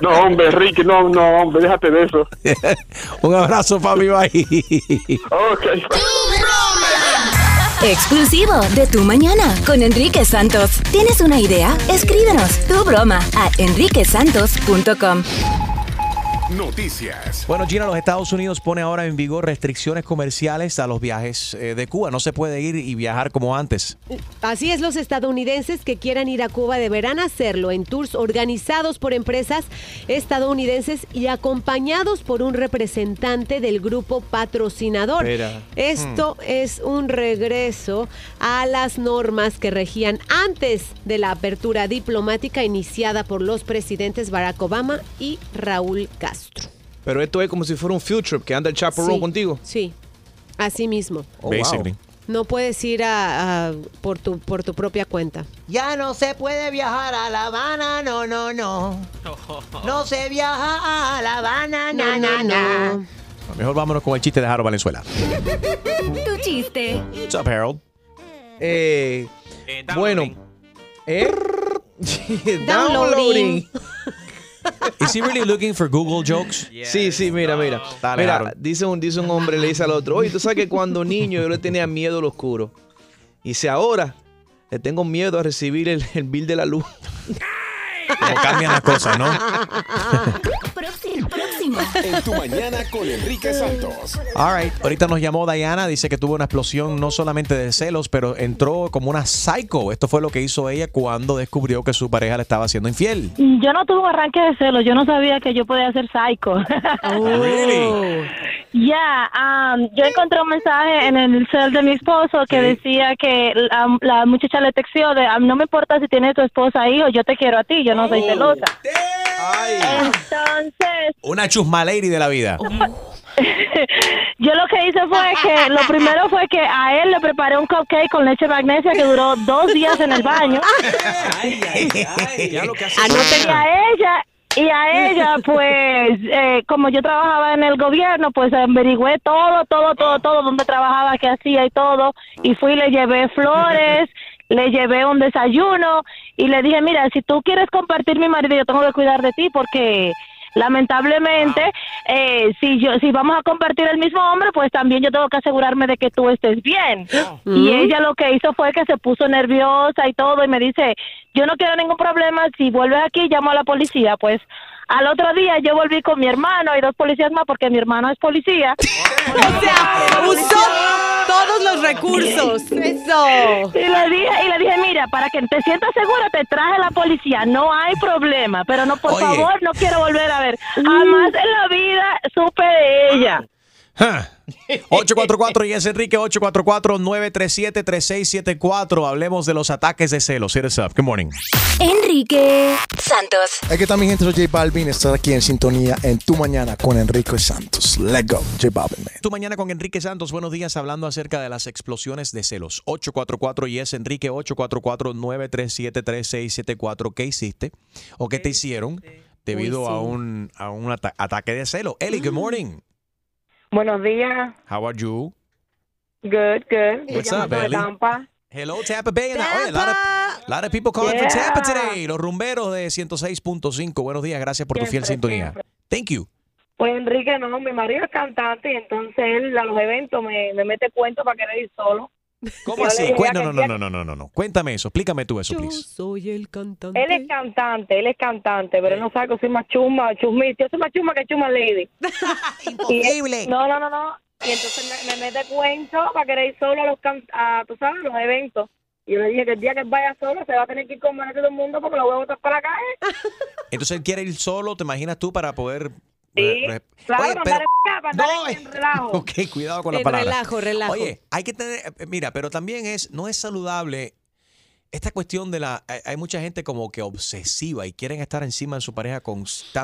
No, hombre, Enrique, no, no, hombre, déjate de eso. Un abrazo, papi, bye. Ok. Exclusivo de Tu Mañana con Enrique Santos. ¿Tienes una idea? Escríbenos tu broma a enriquesantos.com. Noticias. Bueno, Gina, los Estados Unidos pone ahora en vigor restricciones comerciales a los viajes eh, de Cuba. No se puede ir y viajar como antes. Así es, los estadounidenses que quieran ir a Cuba deberán hacerlo en tours organizados por empresas estadounidenses y acompañados por un representante del grupo patrocinador. Espera. Esto Hmm. es un regreso a las normas que regían antes de la apertura diplomática iniciada por los presidentes Barack Obama y Raúl Castro. Pero esto es como si fuera un field trip que anda el chaperón Sí, contigo. Sí, así mismo. Oh, wow. No puedes ir a, a- por, tu, por tu propia cuenta. Ya no se puede viajar a La Habana, no, no, no. No se viaja a La Habana, na, na, na. Mejor vámonos con el chiste de Harold Valenzuela. Tu chiste. What's up, Harold? Eh, bueno. Eh, Downloading. downloading. Is he really looking for Google jokes? Sí, sí, mira, mira. Dale, mira, Harold. dice un, dice un hombre, le dice al otro, oye, tú sabes que cuando niño yo le tenía miedo al oscuro. Y si ahora le tengo miedo a recibir el, el bill de la luz. Como cambian las cosas, ¿no? Próximo, próximo. En tu mañana con Enrique Santos. All right. Ahorita nos llamó Diana, dice que tuvo una explosión no solamente de celos, pero entró como una psycho. Esto fue lo que hizo ella cuando descubrió que su pareja le estaba haciendo infiel. Yo no tuve un arranque de celos, yo no sabía que yo podía ser psycho. Really? Ya, um, yo encontré un mensaje en el cel de mi esposo que decía que la, la muchacha le texteó de, "Ah, no me importa si tienes tu esposa hijo, yo te quiero a ti, yo no soy celosa. Entonces, Una chusma lady de la vida. yo lo que hice fue que lo primero fue que a él le preparé un cupcake con leche magnesia que duró dos días en el baño. Y a ella, y a ella, pues, eh, como yo trabajaba en el gobierno, pues averigüé todo, todo, todo, todo, dónde trabajaba, qué hacía y todo. Y fui, le llevé flores, le llevé un desayuno y le dije, mira, si tú quieres compartir mi marido, yo tengo que cuidar de ti porque... Lamentablemente, eh, si yo si vamos a compartir el mismo hombre, pues también yo tengo que asegurarme de que tú estés bien. Y Mm. ella lo que hizo fue que se puso nerviosa y todo y me dice, yo no quiero ningún problema, si vuelves aquí llamo a la policía. Pues al otro día yo volví con mi hermano y dos policías más porque mi hermano es policía. O sea, usó todos los recursos. Eso. Y le dije, y le dije, mira, para que te sientas segura te traje la policía, no hay problema, pero no, por Oye. favor, no quiero volver a ver. Jamás en la vida supe de ella. Huh. 844 y es Enrique 844-937-3674. Hablemos de los ataques de celos. Hit us up. Good morning. Enrique Santos. Es que también gente soy J Balvin estar aquí en sintonía en tu mañana con Enrique Santos. Let's go, J Balvin, man. Tu mañana con Enrique Santos. Buenos días hablando acerca de las explosiones de celos. 844 y es Enrique 844-937-3674. ¿Qué hiciste o qué te hicieron debido Uy, sí. Mm. a un, a un ata- ataque de celos? Eli, good morning. Buenos días. How are you? Good, good. What's Ella me up, fue de Ellie? Tampa. Hello, Tampa Bay. And oh, a lot of, lot of people calling for Yeah. Tampa today. Los rumberos de 106.5. Buenos días, gracias por tu fiel sintonía. Thank you. Pues Enrique, no, mi marido es cantante y entonces él a los eventos me, me mete cuento para querer ir solo. ¿Cómo así? Cué- No, no, no, no, no, no, no, no. Cuéntame eso, explícame tú eso, please. Soy el cantante. Él es cantante, él es cantante, pero él no sabe que soy más chuma, chumista. Yo soy más chuma que chuma lady. Imposible. Y él- no, no, no, no. Y entonces me, me mete cuento para querer ir solo a los, can- a, tú sabes, los eventos. Y yo le dije que el día que él vaya solo se va a tener que ir con menos de todo el mundo porque lo voy a botar para la calle. Entonces él quiere ir solo, ¿te imaginas tú para poder... Sí, re- re- claro, Oye, andar pero- en- para andar en- en relajo. Ok, cuidado con la En palabra. Eh, relajo, relajo. Oye, hay que tener, eh, mira, pero también es, no es saludable esta cuestión de la, hay- hay mucha gente como que obsesiva y quieren estar encima de su pareja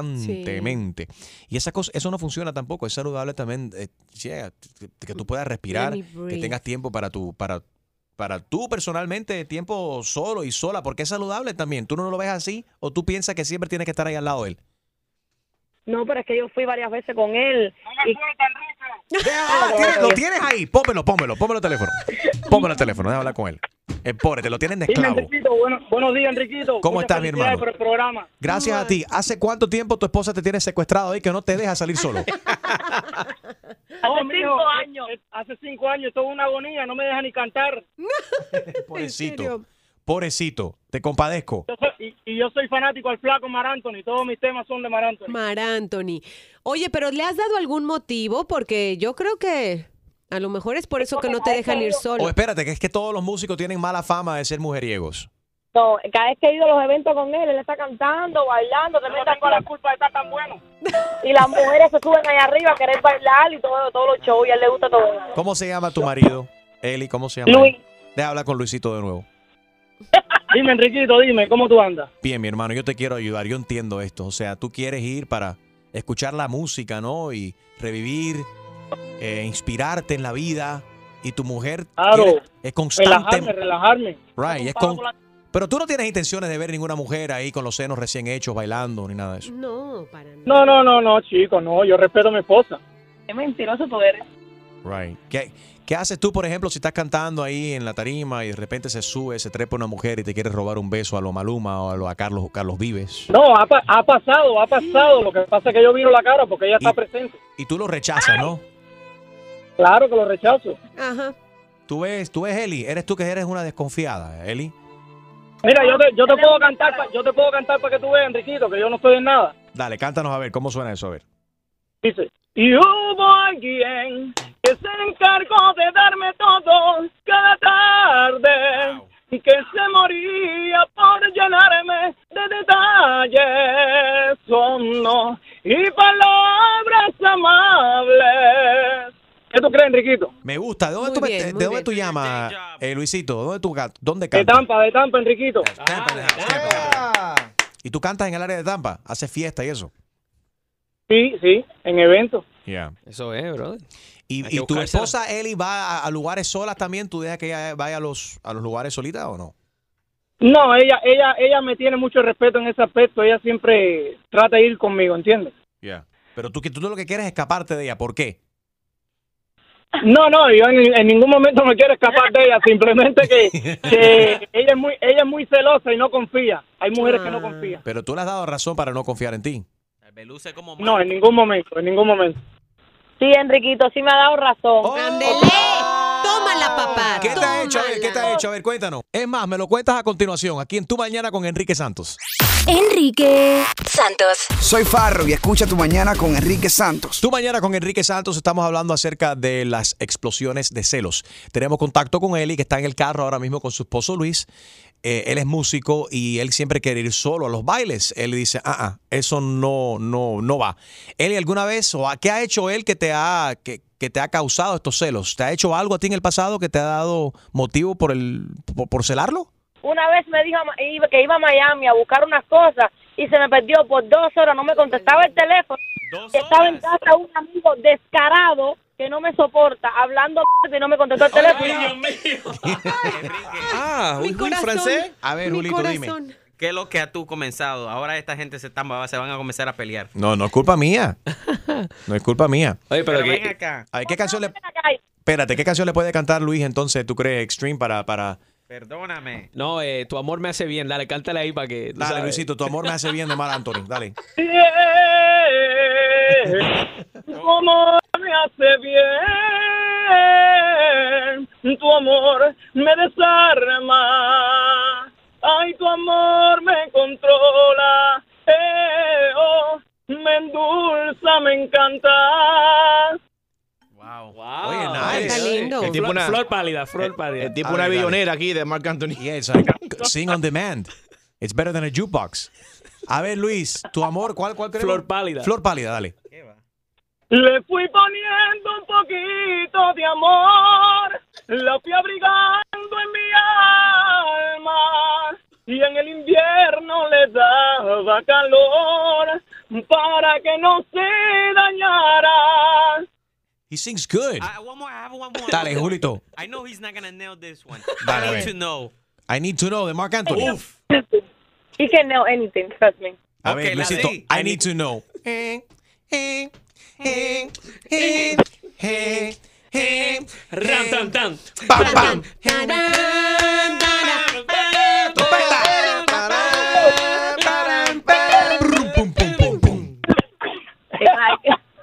constantemente. Y esa cosa, eso no funciona tampoco. Es saludable también eh, yeah, que, que tú puedas respirar, me que breathe. tengas tiempo para tu, para, para tú personalmente, tiempo solo y sola, porque es saludable también. Tú no lo ves así o tú piensas que siempre tienes que estar ahí al lado de él. No, pero es que yo fui varias veces con él. Y- Ah, tiene- lo Eh, tienes ahí. Pómelo, pómelo, pómelo al teléfono. Pómelo al teléfono, déjame hablar con él. El pobre, te lo tienen de Dime, esclavo. Enriquito, bueno- buenos días, Enriquito. ¿Cómo Muchas estás, mi felicidades hermano? por el programa. Gracias a ti. ¿Hace cuánto tiempo tu esposa te tiene secuestrado ahí que no te deja salir solo? Oh, mijo, eh, eh, Hace cinco años, todo una agonía, no me deja ni cantar. Pobrecito. Pobrecito, te compadezco. Yo soy- y, y yo soy fanático al flaco Mar Anthony. Todos mis temas son de Mar Anthony. Mar Anthony. Oye, pero ¿le has dado algún motivo? Porque yo creo que a lo mejor es por eso que no te dejan ir O solo. espérate, que es que todos los músicos tienen mala fama de ser mujeriegos. No, cada vez que he ido a los eventos con él, él está cantando, bailando, también está con la culpa de estar tan bueno. Y las mujeres se suben ahí arriba a querer bailar y todo, todos los shows, y a él le gusta todo. eso. ¿Cómo se llama tu marido? Eli, ¿cómo se llama? Luis. Deja hablar con Luisito de nuevo. Dime, Enriquito, dime, ¿cómo tú andas? Bien, mi hermano, yo te quiero ayudar, yo entiendo esto. O sea, tú quieres ir para escuchar la música, ¿no? Y revivir, eh, inspirarte en la vida. Y tu mujer Claro. quiere- es constante. Relajarme, relajarme. Right, es con- Vamos con la- Pero tú no tienes intenciones de ver ninguna mujer ahí con los senos recién hechos bailando ni nada de eso. No, para No, no, no, no, chico, no. Yo respeto a mi esposa. Es mentiroso tú eres. Right. ¿Qué, qué haces tú, por ejemplo, si estás cantando ahí en la tarima y de repente se sube, se trepa una mujer y te quiere robar un beso a lo Maluma o a, lo, a Carlos, Carlos Vives? No, ha, pa- ha pasado, ha pasado. Lo que pasa es que yo miro la cara porque ella está presente. Y tú lo rechazas, ¿no? Claro que lo rechazo. Ajá. Tú ves, tú ves, Eli, eres tú que eres una desconfiada, Eli. Mira, yo te, yo te puedo cantar, pa- yo te puedo cantar para que tú veas, Enriquito, que yo no estoy en nada. Dale, cántanos a ver, ¿cómo suena eso? A ver. Dice, y hubo alguien que se encargó de darme todo cada tarde y que se moría por llenarme de detalles hondos y palabras amables. ¿Qué tú crees, Enriquito? Me gusta. ¿De dónde, tú, me- de dónde tú llamas, eh, Luisito? ¿Dónde tú ca- dónde De cantas? Tampa, de Tampa, Enriquito. Ah, ¿Y tú cantas en el área de Tampa? ¿Haces fiesta y eso? Sí, sí, en eventos. Ya. Eso es, brother. ¿Y, Hay que y tu buscársela. esposa Eli va a, a lugares solas también? ¿Tú dejas que ella vaya a los, a los lugares solitas o no? No, ella, ella, ella me tiene mucho respeto en ese aspecto. Ella siempre trata de ir conmigo, ¿entiendes? Ya. Pero tú, que- tú lo que quieres es escaparte de ella. ¿Por qué? No, no, yo en, en ningún momento me quiero escapar de ella, simplemente que, que ella, es muy, ella es muy celosa y no confía. Hay mujeres que no confían. Pero tú le has dado razón para no confiar en ti. No, en ningún momento, en ningún momento. Sí, Enriquito, sí me ha dado razón. ¡Tómala, papá! ¿Qué te ha hecho? A ver, ¿qué te ha hecho? A ver, cuéntanos. Es más, me lo cuentas a continuación, aquí en Tu Mañana con Enrique Santos. Enrique Santos. Soy Farro y escucha tu mañana con Enrique Santos. Tu mañana con Enrique Santos estamos hablando acerca de las explosiones de celos. Tenemos contacto con Eli, que está en el carro ahora mismo con su esposo Luis. Eh, él es músico y él siempre quiere ir solo a los bailes. Él dice, ah, ah, eso no, no, no va. Eli, ¿alguna vez o a- qué ha hecho él que te ha, que, que te ha causado estos celos? ¿Te ha hecho algo a ti en el pasado que te ha dado motivo por el, por, por celarlo? Una vez me dijo iba- que iba a Miami a buscar unas cosas y se me perdió por dos horas, no me contestaba el teléfono. Que Estaba en casa un amigo descarado que no me soporta, hablando mierda y no me contestó el teléfono. Ah, Mi un corazón, francés. A ver, mi Julito, corazón. ¿Qué es lo que tú comenzado? Ahora esta gente se, están, se van a comenzar a pelear. No, no es culpa mía. No es culpa mía. Oye, Pero ven acá. A ver, ¿qué canción le... Espérate, ¿qué canción le puede cantar Luis entonces, tú crees, Extreme, para... para... Perdóname. No, eh, tu amor me hace bien. Dale, cántale ahí para que. Dale, Luisito, tu amor me hace bien de mal, Anthony. Dale. Bien, tu amor me hace bien, tu amor me desarma, ay, tu amor me controla, eh, oh, me endulza, me encanta. Wow. Oye, nice. Está lindo. El tipo Flor- una, flor pálida, flor el- pálida. El tipo Dale, una dale. billonera aquí de Marc Anthony. Yes, I- sing on demand. It's better than a jukebox. A ver, Luis, tu amor, ¿cuál, cuál queremos? Flor pálida. Flor pálida, dale. Le fui poniendo un poquito de amor, la fui abrigando en mi alma y en el invierno le daba calor para que no se dañara. He sings good. I, one more, I have one more. Dale, Julito. I know he's not gonna nail this one. Dale, I a need ver. to know. I need to know de Marc Anthony. He can know anything, trust me. A ver, Ok, la Luisito, di. I need to know. Ram, tan, tan.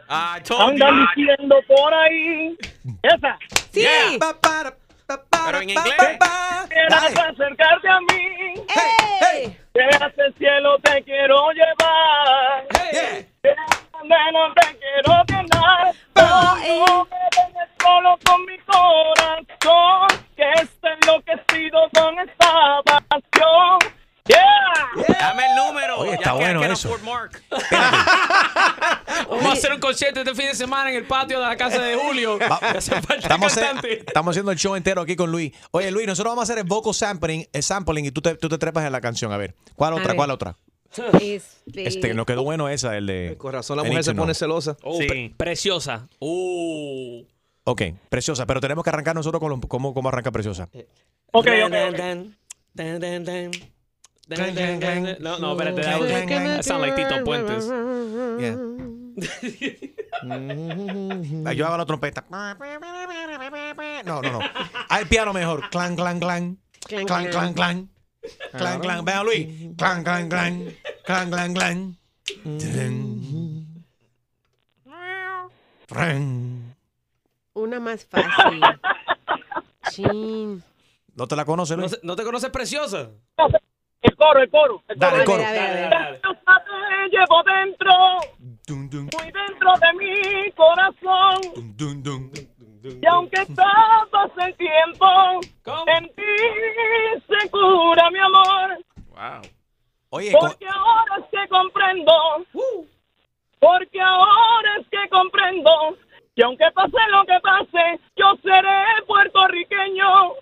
I told you. Andan diciendo por ahí. Esa. Sí. Pero en inglés. Quieras acercarte a mí. Quieras el cielo, te quiero llevar. Menos te quiero ganar. No me dejes solo con mi corazón. Que está enloquecido con esta pasión. Yeah. Dame el número. Oye, ya está que- bueno que no eso. Fort Mark. Vamos a hacer un concierto este fin de semana en el patio de la casa de Julio. Estamos, estamos haciendo el show entero aquí con Luis. Oye, Luis, nosotros vamos a hacer el vocal sampling, el sampling y tú te, tú te trepas en la canción. A ver, ¿cuál A otra? ver. ¿Cuál otra? Este, Oh, Este, nos quedó bueno esa, el de. corazón, la I mujer need se to know. pone celosa. Oh, pre- preciosa. Uh. Ok, preciosa, pero tenemos que arrancar nosotros con lo- cómo, cómo arranca preciosa. Eh, Ok, Dan, ok, dan, ok. dan, dan, dan, dan. Dan, dan, dan, dan. No, no, espérate. Dang, dang, dang. that sound like Tito Puentes. Ah, Yo hago la trompeta. No, no, no. Hay piano mejor. Clan, clan, clan. Clan, Clan, clan, clan. clan. Clan, clan. Vean, Luis. Clan, clan, clan. Clan, clan, clan. Tudum. Fran. Una más fácil. Chin. ¿No te la conoces, ¿No, Luis? se- no te conoces preciosa? El coro, el coro. El Dale, el coro. coro. A ver, a ver, a ver. Tantas cosas te llevo dentro, muy dentro de mi corazón. Dun, dun. Y aunque todo pase el tiempo, en ti se cura mi amor. Wow. Oye, co- Porque ahora es que comprendo, Uh. porque ahora es que comprendo que aunque pase lo que pase, yo seré puertorriqueño.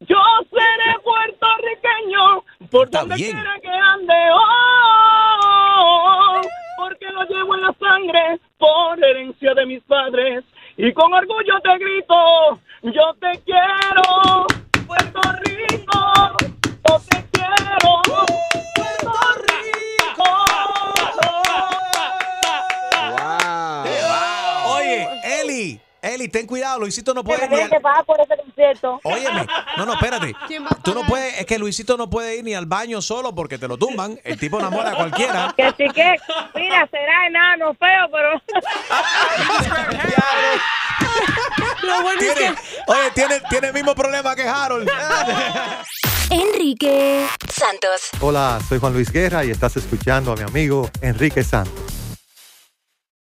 Yo seré puertorriqueño por Está donde bien. quiera que ande. Oh, porque lo llevo en la sangre por herencia de mis padres. Y con orgullo te grito, yo te quiero, Puerto Rico. Yo te quiero, Puerto Rico. Oye, Eli. Eli, ten cuidado. Luisito no puede ni Tendré al... que pagar por ese concierto. Óyeme. No, no, espérate. ¿Quién va a Tú no pagar? puedes... Es que Luisito no puede ir ni al baño solo porque te lo tumban. El tipo enamora a cualquiera. Que sí que, mira, será enano, feo, pero... Tiene- oye, tiene, tiene el mismo problema que Harold. Enrique Santos. Hola, soy Juan Luis Guerra y estás escuchando a mi amigo Enrique Santos.